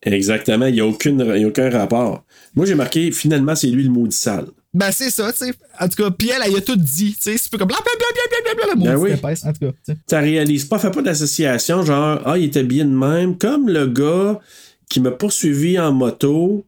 Speaker 7: Exactement, il n'y a, aucune- il y a aucun rapport. Moi, j'ai marqué, finalement, c'est lui le maudit sale.
Speaker 6: Ben, c'est ça, tu sais. En tout cas, puis elle, elle y a tout dit, tu sais. C'est un peu comme blablabla, blablabla,
Speaker 7: Ben
Speaker 6: maudite
Speaker 7: oui.
Speaker 6: épaisse, en tout cas. tu sais.
Speaker 7: ça réalise pas, fais pas d'association, genre, ah, il était bien de même, comme le gars qui m'a poursuivi en moto,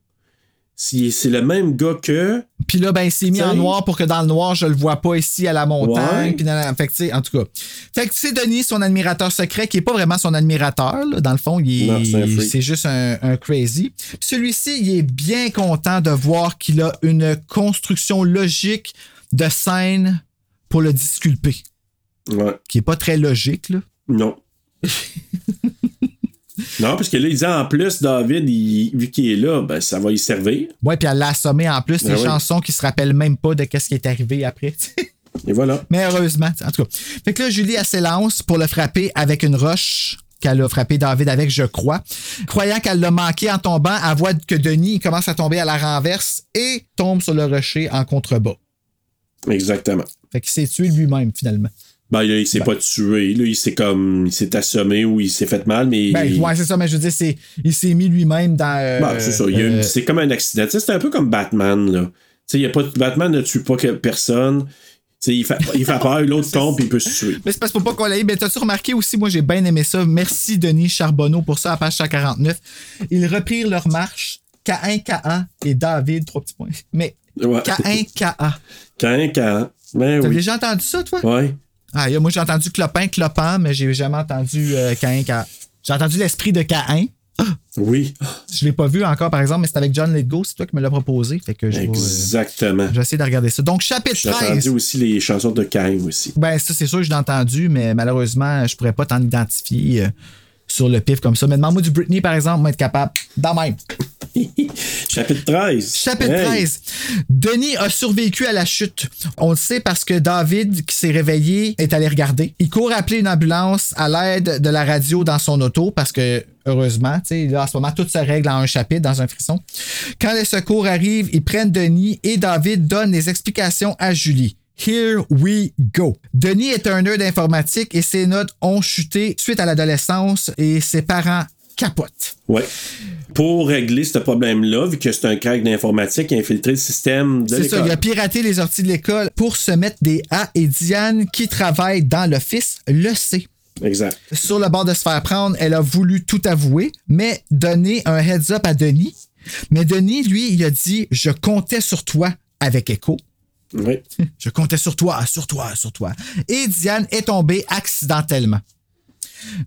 Speaker 7: si c'est le même gars que,
Speaker 6: Puis là, ben, il s'est mis
Speaker 7: T'sais.
Speaker 6: en noir pour que dans le noir, je le vois pas ici à la montagne.
Speaker 7: Ouais.
Speaker 6: Puis dans la- Fait que, tu sais, en tout cas. Fait que c'est Denis, son admirateur secret, qui est pas vraiment son admirateur. là. Dans le fond, il est-
Speaker 7: Non, c'est un freak.
Speaker 6: c'est juste un, un crazy. Puis Celui-ci, il est bien content de voir qu'il a une construction logique de scène pour le disculper,
Speaker 7: ouais,
Speaker 6: qui est pas très logique, là.
Speaker 7: non. non, parce que là, il dit en plus, David, il- vu qu'il est là, ben, ça va y servir.
Speaker 6: Ouais, puis elle l'a assommé en plus,
Speaker 7: Ben
Speaker 6: des
Speaker 7: oui.
Speaker 6: chansons qui se rappellent même pas de qu'est-ce qui est arrivé après, tu sais.
Speaker 7: Et voilà.
Speaker 6: Mais heureusement, en tout cas. Fait que là, Julie, elle s'élance pour le frapper avec une roche qu'elle a frappé David avec, je crois. Croyant qu'elle l'a manqué en tombant, elle voit que Denis il commence à tomber à la renverse et tombe sur le rocher en contrebas.
Speaker 7: Exactement.
Speaker 6: Fait qu'il s'est tué lui-même, finalement.
Speaker 7: Ben, là, il s'est pas tué, là, il s'est comme, il s'est assommé ou il s'est fait mal, mais.
Speaker 6: Ben, ouais, c'est ça, mais je veux dire, c'est, il s'est mis lui-même dans... euh,
Speaker 7: Ben, c'est ça. il y a une-
Speaker 6: euh,
Speaker 7: c'est comme un accident. Tu sais, C'est un peu comme Batman, là. Tu sais, il y a pas, Batman ne tue pas que personne. Tu sais, il fait, il fait peur, l'autre tombe, puis il peut se tuer.
Speaker 6: Mais c'est parce que pour pas qu'on l'aille. Mais t'as-tu remarqué aussi, moi j'ai bien aimé ça. Merci Denis Charbonneau pour ça à page 149. Ils reprirent leur marche, K1, K1 et David, trois petits points. Mais
Speaker 7: Ouais.
Speaker 6: K1, K1.
Speaker 7: Quand, quand. Ben
Speaker 6: hein? T'as
Speaker 7: oui.
Speaker 6: déjà entendu ça, toi?
Speaker 7: Ouais.
Speaker 6: Ah, y a- moi, j'ai entendu Clopin, Clopin, mais j'ai jamais entendu euh, Caïn, Ca- J'ai entendu l'esprit de Caïn.
Speaker 7: Oui.
Speaker 6: Je l'ai pas vu encore, par exemple, mais c'est avec John Lithgow, c'est toi qui me l'as proposé. Fait que je vais, euh,
Speaker 7: Exactement.
Speaker 6: je vais essayer de regarder ça. Donc, chapitre
Speaker 7: J'ai entendu
Speaker 6: 13.
Speaker 7: aussi les chansons de Cain aussi.
Speaker 6: Ben, ça, c'est sûr que je l'ai entendu, mais malheureusement, je pourrais pas t'en identifier euh, sur le pif comme ça. Mais demande-moi du Britney, par exemple, moi, être capable. Dans même.
Speaker 7: Chapitre 13.
Speaker 6: Chapitre
Speaker 7: Hey.
Speaker 6: 13. Denis a survécu à la chute. On le sait parce que David, qui s'est réveillé, est allé regarder. Il court appeler une ambulance à l'aide de la radio dans son auto parce que Heureusement, tu sais, là, en ce moment, tout se règle en un chapitre, dans un frisson. Quand les secours arrivent, ils prennent Denis et David donne des explications à Julie. Here we go. Denis est un nœud d'informatique et ses notes ont chuté suite à l'adolescence et ses parents capotent.
Speaker 7: Ouais. Pour régler ce problème-là, vu que c'est un crack d'informatique qui a infiltré le système de
Speaker 6: C'est ça,
Speaker 7: l'école.
Speaker 6: il a piraté les orties de l'école pour se mettre des A et Diane, qui travaille dans l'office, le sait.
Speaker 7: Exact.
Speaker 6: Sur le bord de se faire prendre, elle a voulu tout avouer, mais donner un heads-up à Denis. Mais Denis, lui, il a dit Je comptais sur toi avec écho.
Speaker 7: Oui.
Speaker 6: Je comptais sur toi, sur toi, sur toi. Et Diane est tombée accidentellement.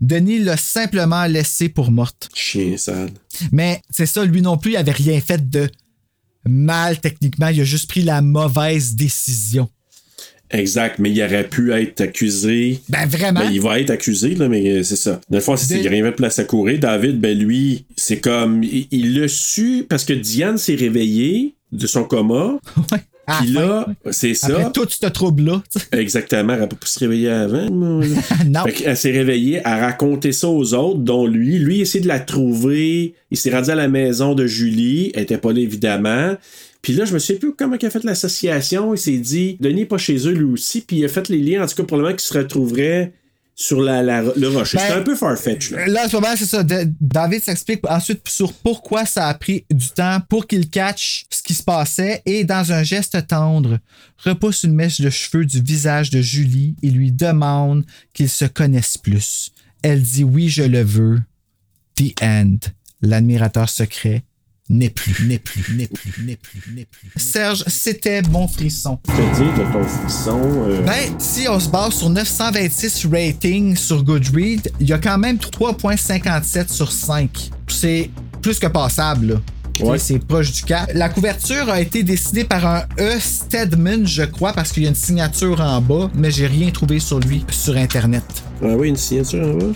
Speaker 6: Denis l'a simplement laissée pour morte.
Speaker 7: Chien sale.
Speaker 6: Mais c'est ça, lui non plus, il avait rien fait de mal techniquement. Il a juste pris la mauvaise décision.
Speaker 7: Exact, mais il aurait pu être accusé.
Speaker 6: Ben vraiment.
Speaker 7: Ben, il va être accusé, là, mais euh, c'est ça. Dans le fond, c'est
Speaker 6: Des-
Speaker 7: qu'il n'y a rien de place à courir. David, ben lui, c'est comme. Il, il le su parce que Diane s'est réveillée de son coma.
Speaker 6: Ouais. À
Speaker 7: Puis
Speaker 6: la fin,
Speaker 7: là, c'est ça.
Speaker 6: Ah, Après tout ce trouble-là. tu sais.
Speaker 7: Exactement. Elle n'a pas pu se réveiller avant. moi.
Speaker 6: non.
Speaker 7: Fait qu'elle s'est réveillée, à raconter ça aux autres, dont lui. Lui, il essaie de la trouver. Il s'est rendu à la maison de Julie. Elle était pas là, évidemment. Puis là, je me souviens plus comment il a fait l'association. Il s'est dit, Denis est pas chez eux, lui aussi. Puis il a fait les liens, en tout cas, probablement qu'il se retrouverait sur la, la- le rocher.
Speaker 6: Ben, euh,
Speaker 7: C'était un peu farfetch, là.
Speaker 6: Là, en ce moment, c'est ça. De- David s'explique ensuite sur pourquoi ça a pris du temps pour qu'il catch ce qui se passait et, dans un geste tendre, repousse une mèche de cheveux du visage de Julie et lui demande qu'ils se connaissent plus. Elle dit oui, je le veux. The end. L'admirateur secret n'est plus, n'est plus, n'est plus, n'est plus, n'est plus. Serge, c'était mon frisson.
Speaker 7: Je te dis, de ton frisson. euh,
Speaker 6: Ben, si on se base sur 926 ratings sur Goodreads, il y a quand même 3.57 sur 5. C'est plus que passable, là.
Speaker 7: Ouais.
Speaker 6: Ben, C'est proche du 4. La couverture a été dessinée par un E. Stedman, je crois, parce qu'il y a une signature en bas, mais j'ai rien trouvé sur lui sur Internet.
Speaker 7: Ah oui, une signature en bas.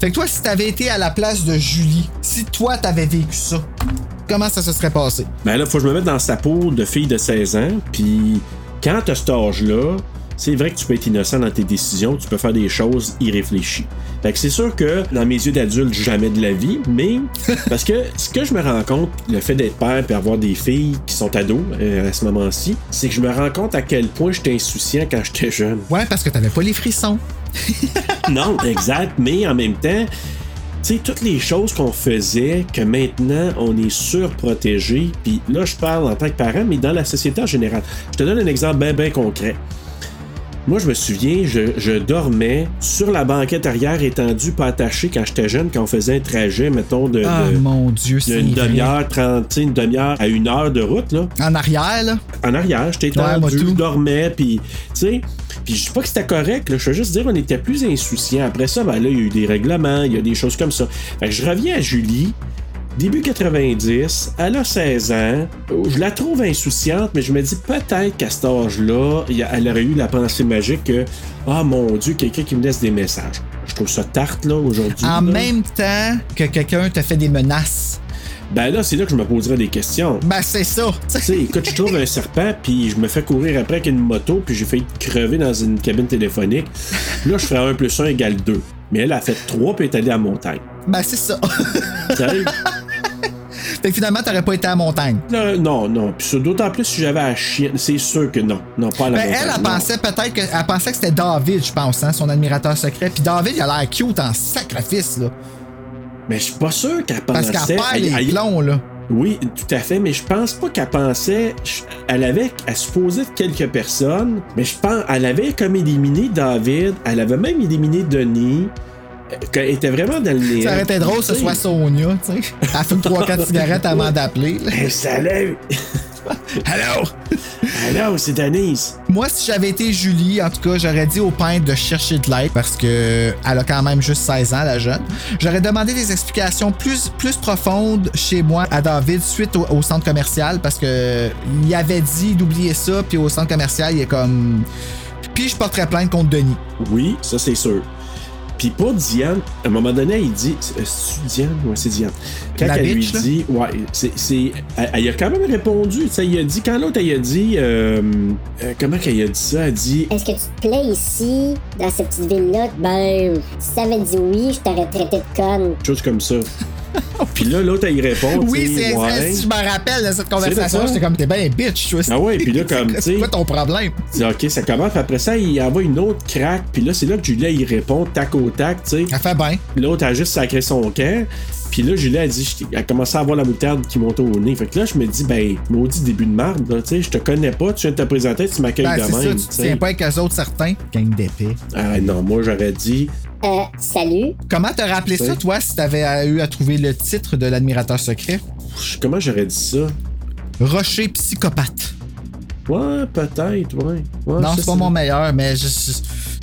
Speaker 6: Fait que toi, si t'avais été à la place de Julie, si toi t'avais vécu ça, comment ça se serait passé?
Speaker 7: Ben là, faut que je me mette dans sa peau de fille de 16 ans. Puis quand t'as cet âge-là, c'est vrai que tu peux être innocent dans tes décisions, tu peux faire des choses irréfléchies. Fait que c'est sûr que dans mes yeux d'adulte, jamais de la vie, mais parce que ce que je me rends compte, le fait d'être père et avoir des filles qui sont ados euh, à ce moment-ci, c'est que je me rends compte à quel point j'étais insouciant quand j'étais jeune.
Speaker 6: Ouais, parce que t'avais pas les frissons.
Speaker 7: Non, exact, mais en même temps, tu sais, toutes les choses qu'on faisait, que maintenant on est surprotégé, puis là je parle en tant que parent, mais dans la société en général. Je te donne un exemple bien, bien concret. Moi, je me souviens, je, je dormais sur la banquette arrière étendue, pas attachée quand j'étais jeune, quand on faisait un trajet, mettons, de,
Speaker 6: Ah
Speaker 7: de-
Speaker 6: mon dieu,
Speaker 7: de
Speaker 6: c'est
Speaker 7: une
Speaker 6: vrai.
Speaker 7: demi-heure, trente, tu sais, une demi-heure à une heure de route, là
Speaker 6: En arrière, là.
Speaker 7: en arrière, j'étais
Speaker 6: Ouais, moi
Speaker 7: tendu,
Speaker 6: tout.
Speaker 7: je dormais, puis tu sais, puis je dis pas que c'était correct, là, je veux juste dire on était plus insouciant. Après ça, ben là, il y a eu des règlements, il y a des choses comme ça. Fait que je reviens à Julie, début 90, elle a 16 ans, je la trouve insouciante, mais je me dis peut-être qu'à cet âge-là, il y a- elle aurait eu la pensée magique que ah mon Dieu, quelqu'un qui me laisse des messages. Je trouve ça tarte là aujourd'hui.
Speaker 6: En
Speaker 7: là.
Speaker 6: même temps que quelqu'un te fait des menaces.
Speaker 7: Ben là, c'est là que je me poserais des questions.
Speaker 6: Ben, c'est ça.
Speaker 7: Tu sais, écoute, je trouve un serpent, puis je me fais courir après avec une moto, puis j'ai failli crever dans une cabine téléphonique. Là, je ferais 1 plus 1 égale 2. Mais elle a fait 3 puis elle est allée à la montagne.
Speaker 6: Ben, c'est ça.
Speaker 7: Sérieux?
Speaker 6: fait que finalement, t'aurais pas été à la montagne.
Speaker 7: Non, non, non. Puis ça, d'autant plus si j'avais à chien, c'est sûr que non. Non, pas à la
Speaker 6: Ben,
Speaker 7: montagne.
Speaker 6: elle, elle
Speaker 7: non.
Speaker 6: pensait peut-être que. Elle pensait que c'était David, je pense, hein, son admirateur secret. Puis David, il a l'air cute en sacrifice, là.
Speaker 7: Mais je suis pas sûr qu'elle
Speaker 6: Parce
Speaker 7: pensait.
Speaker 6: qu'elle perd
Speaker 7: elle-
Speaker 6: les
Speaker 7: elle-
Speaker 6: plombs, là.
Speaker 7: Oui, tout à fait, mais je pense pas qu'elle pensait. je- Elle avait. Elle supposait de quelques personnes, mais je pense. Elle avait comme éliminé David, elle avait même éliminé Denis. euh, Qu'elle était vraiment dans le néant.
Speaker 6: Ça aurait été drôle que ce
Speaker 7: Tu sais,
Speaker 6: soit Sonia, tu sais. Elle fume 3-4 cigarettes avant d'appeler, là.
Speaker 7: Hey, salut!
Speaker 6: Allô?
Speaker 7: Allô, c'est Denise!
Speaker 6: Moi, si j'avais été Julie, en tout cas, j'aurais dit au peintre de chercher de l'aide parce que elle a quand même juste 16 ans, la jeune. J'aurais demandé des explications plus, plus profondes chez moi à David suite au, au centre commercial parce que il avait dit d'oublier ça, puis au centre commercial, il est comme. Puis je porterais plainte contre Denis.
Speaker 7: Oui, ça c'est sûr. Puis pour Diane, à un moment donné, il dit C'est euh, Diane Ouais, c'est Diane. Quand
Speaker 6: La
Speaker 7: elle
Speaker 6: bitch, là?
Speaker 7: lui dit Ouais, c'est. c'est- elle, elle a quand même répondu. tu sais, Il a dit Quand l'autre, elle a dit euh, euh, Comment qu'elle a dit ça Elle dit
Speaker 8: Est-ce que tu te plais ici, dans cette petite ville-là? Ben, si t'avais dit oui, je t'aurais traité de conne.
Speaker 7: quelque chose comme ça. Puis là, l'autre, elle y répond tu
Speaker 6: Oui,
Speaker 7: sais,
Speaker 6: c'est
Speaker 7: ouais.
Speaker 6: si je me rappelle de cette
Speaker 7: C'est
Speaker 6: conversation,
Speaker 7: ça.
Speaker 6: j'étais comme t'es bien un bitch, toi.
Speaker 7: Ah ouais, puis là, comme, tu
Speaker 6: C'est
Speaker 7: sais-
Speaker 6: quoi ton problème?
Speaker 7: dit, OK, ça commence. Puis après ça, il envoie une autre craque. Puis là, c'est là que Julia, il répond tac au tac, tu sais.
Speaker 6: Elle fait bien.
Speaker 7: L'autre a juste sacré son camp. Puis là, Julia a dit, elle a commencé à avoir la moutarde qui montait au nez. Fait que là, je me dis, ben, maudit début de marde, là, tu sais, je te connais pas, tu viens de te présenter, tu m'accueilles
Speaker 6: Ben,
Speaker 7: de
Speaker 6: c'est ça,
Speaker 7: même.
Speaker 6: tu te
Speaker 7: tu sais.
Speaker 6: tiens pas avec eux autres, certains. Gang d'épée.
Speaker 7: Ah non, moi, j'aurais dit,
Speaker 8: Euh, salut?
Speaker 6: Comment te rappeler ça,
Speaker 7: Oui.
Speaker 6: toi, si t'avais euh, eu à trouver le titre de l'admirateur secret?
Speaker 7: pff, comment j'aurais dit ça?
Speaker 6: Rocher psychopathe.
Speaker 7: Ouais, peut-être, ouais.
Speaker 6: non,
Speaker 7: Ouais, Ah, ça,
Speaker 6: c'est pas mon meilleur, mais je. je-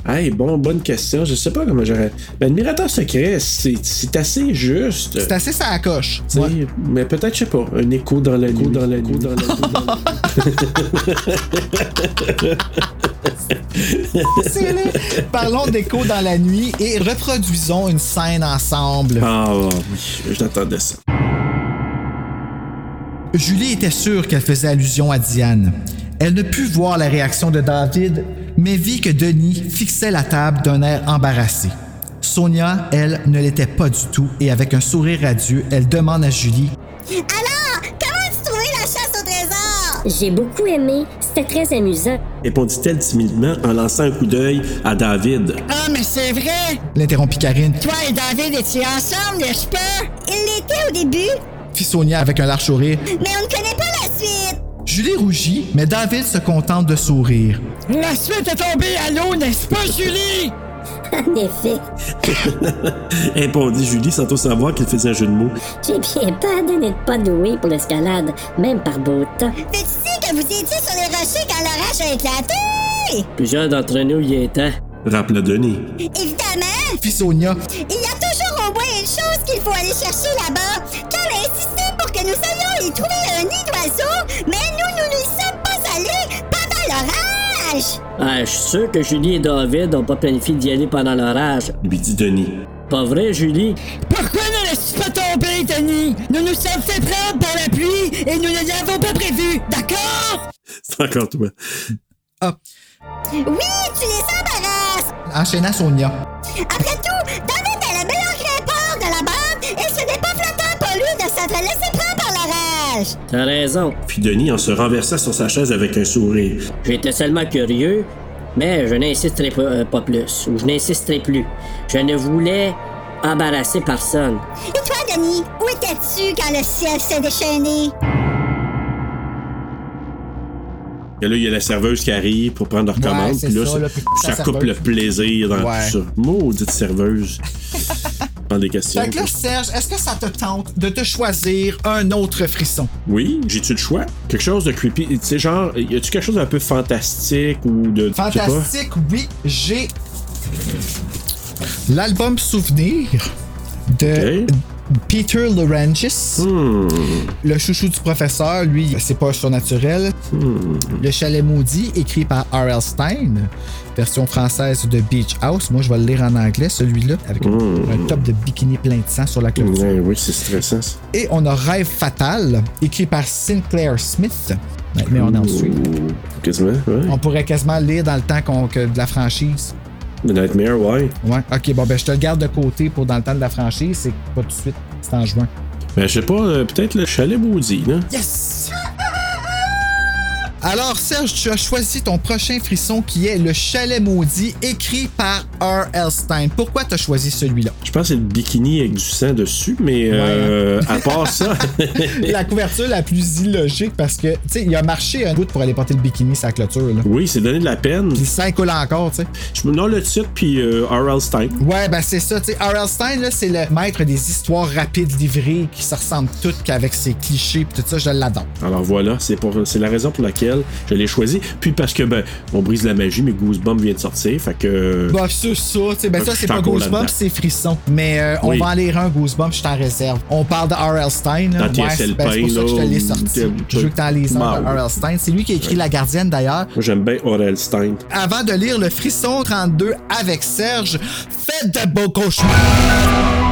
Speaker 7: Hey, bon, bonne question. Je sais pas comment j'aurais. Ben, admirateur secret, c'est c'est assez juste.
Speaker 6: C'est assez ça à coche.
Speaker 7: Tu sais,
Speaker 6: Ouais.
Speaker 7: Mais peut-être, je sais pas, un écho dans la nuit. dans la nuit. Dans la
Speaker 6: C'est là. Parlons d'écho dans la nuit et reproduisons une scène ensemble.
Speaker 7: Ah oui, j'attendais ça.
Speaker 6: Julie était sûre qu'elle faisait allusion à Diane. Elle ne put voir la réaction de David, mais vit que Denis fixait la table d'un air embarrassé. Sonia, elle, ne l'était pas du tout, et avec un sourire radieux, elle demande à Julie
Speaker 4: Alors, comment tu trouvé la chasse au trésor?
Speaker 8: J'ai beaucoup aimé. C'était très amusant.
Speaker 7: Répondit-elle timidement en lançant un coup d'œil à David.
Speaker 5: Ah, mais c'est vrai!
Speaker 6: l'interrompit Karine,
Speaker 5: Toi et David étiez ensemble, n'est-ce pas?
Speaker 4: Il l'était au début,
Speaker 6: fit Sonia avec un large sourire.
Speaker 4: mais on ne connaît pas la suite.
Speaker 6: Julie rougit, mais David se contente de sourire.
Speaker 5: La suite est tombée à l'eau, n'est-ce pas, Julie?
Speaker 8: En effet,
Speaker 7: Répondit Julie sans trop savoir qu'il faisait un jeu de mots.
Speaker 8: j'ai bien pas donné de pas doué pour l'escalade, même par beau temps.
Speaker 4: Mais tu sais que vous étiez sur les rochers quand l'orage a éclaté?
Speaker 9: Plusieurs d'entre nous y étant.
Speaker 7: Rappela Denis.
Speaker 4: Évidemment!
Speaker 6: Fit Sonia,
Speaker 4: Il y a toujours au moins une chose qu'il faut aller chercher là-bas. Carl a insisté pour que nous allions y trouver un nid d'oiseau, mais nous, nous n'y sommes pas allés pendant l'orage!
Speaker 9: Ah, je suis sûr que Julie et David ont pas planifié d'y aller pendant l'orage.
Speaker 7: Lui dit Denis.
Speaker 9: Pas vrai, Julie?
Speaker 5: Pourquoi ne laisses-tu pas tomber, Denis? Nous nous sommes fait prendre par la pluie et nous ne l'avons pas prévu, d'accord?
Speaker 7: C'est encore toi.
Speaker 4: Oui, tu les embarrasses!
Speaker 6: enchaîna Sonia.
Speaker 4: Après tout, David est le meilleur grimpeur de la bande et ce n'est pas flatteur pour lui de s'être laissé prendre par l'orage!
Speaker 9: T'as raison.
Speaker 7: Puis Denis en se renversa sur sa chaise avec un sourire.
Speaker 9: J'étais seulement curieux, mais je n'insisterai pas, euh, pas plus. Ou je n'insisterai plus. Je ne voulais embarrasser personne.
Speaker 4: Et toi, Denis, où étais-tu quand le ciel s'est déchaîné?
Speaker 7: Et là, il y a la serveuse qui arrive pour prendre leur
Speaker 6: Ouais,
Speaker 7: commande.
Speaker 6: c'est
Speaker 7: Puis là,
Speaker 6: ça,
Speaker 7: ça,
Speaker 6: là, puis
Speaker 7: ça
Speaker 6: la
Speaker 7: coupe
Speaker 6: serveuse.
Speaker 7: le plaisir dans
Speaker 6: Ouais.
Speaker 7: tout ça. Maudite serveuse. Dans des questions.
Speaker 6: Fait que là, Serge, est-ce que ça te tente de te choisir un autre frisson?
Speaker 7: Oui, j'ai-tu le choix? Quelque chose de creepy. Tu sais, genre, y a-tu quelque chose d'un peu fantastique ou de. je sais pas?
Speaker 6: Fantastique, oui, j'ai l'album souvenir de
Speaker 7: Ok. Hmm.
Speaker 6: Peter Laurentiis, le chouchou du professeur, lui, c'est pas surnaturel.
Speaker 7: Hmm.
Speaker 6: Le chalet maudit, écrit par R.L. Stein, version française de Beach House. Moi, je vais le lire en anglais, celui-là, avec
Speaker 7: Hmm.
Speaker 6: un top de bikini plein de sang sur la clôture.
Speaker 7: Ouais, oui, c'est stressant, ça.
Speaker 6: Et on a Rêve fatal, écrit par Sinclair Smith. Ben, Mais on est en dessous.
Speaker 7: Ouh, Quasiment, ouais.
Speaker 6: On pourrait quasiment lire dans le temps qu'on- que de la franchise.
Speaker 7: The Nightmare, ouais.
Speaker 6: Ouais. Ok, bon, ben, je te le garde de côté pour dans le temps de la franchise. C'est pas tout de suite. C'est en juin.
Speaker 7: Ben, je sais pas, euh, peut-être le chalet maudit, là.
Speaker 6: Yes! Alors, Serge, tu as choisi ton prochain frisson qui est Le Chalet Maudit, écrit par R.L. Stein. Pourquoi tu as choisi celui-là?
Speaker 7: Je pense que c'est le bikini avec du sang dessus, mais euh, à part ça,
Speaker 6: La couverture la plus illogique parce que, tu sais, il a marché un bout pour aller porter le bikini sa clôture, là.
Speaker 7: oui, c'est donné de la peine.
Speaker 6: Puis le sang coule encore, tu sais.
Speaker 7: Je me donne le titre, puis euh, R.L. Stein.
Speaker 6: Ouais, ben c'est ça, tu sais. R.L. Stein, là, c'est le maître des histoires rapides livrées qui se ressemblent toutes qu'avec ses clichés pis tout ça, je l'adore.
Speaker 7: Alors voilà, c'est pour c'est la raison pour laquelle personnel. Je l'ai choisi. Puis parce que, ben, on brise la magie, mais Goosebumps vient de sortir. Fait que.
Speaker 6: Bah, c'est ça. tu sais, Ben, ça,
Speaker 7: Je
Speaker 6: c'est
Speaker 7: suis
Speaker 6: pas
Speaker 7: encore
Speaker 6: Goosebumps,
Speaker 7: là-dedans.
Speaker 6: c'est frisson. Mais euh, on
Speaker 7: Oui.
Speaker 6: va en lire un Goosebumps, je t'en réserve. On parle de R.L. Stein. là.
Speaker 7: Dans TSL
Speaker 6: ben, c'est pour ça que je te
Speaker 7: Pain,
Speaker 6: l'ai
Speaker 7: là,
Speaker 6: sorti.
Speaker 7: ou-
Speaker 6: Je veux que t'en lises un de
Speaker 7: Wow.
Speaker 6: R.L. Stein. C'est lui qui a écrit La Gardienne, d'ailleurs.
Speaker 7: Moi, j'aime bien Aurel Stein.
Speaker 6: Avant de lire le frisson 32 avec Serge, faites de beaux cauchemars!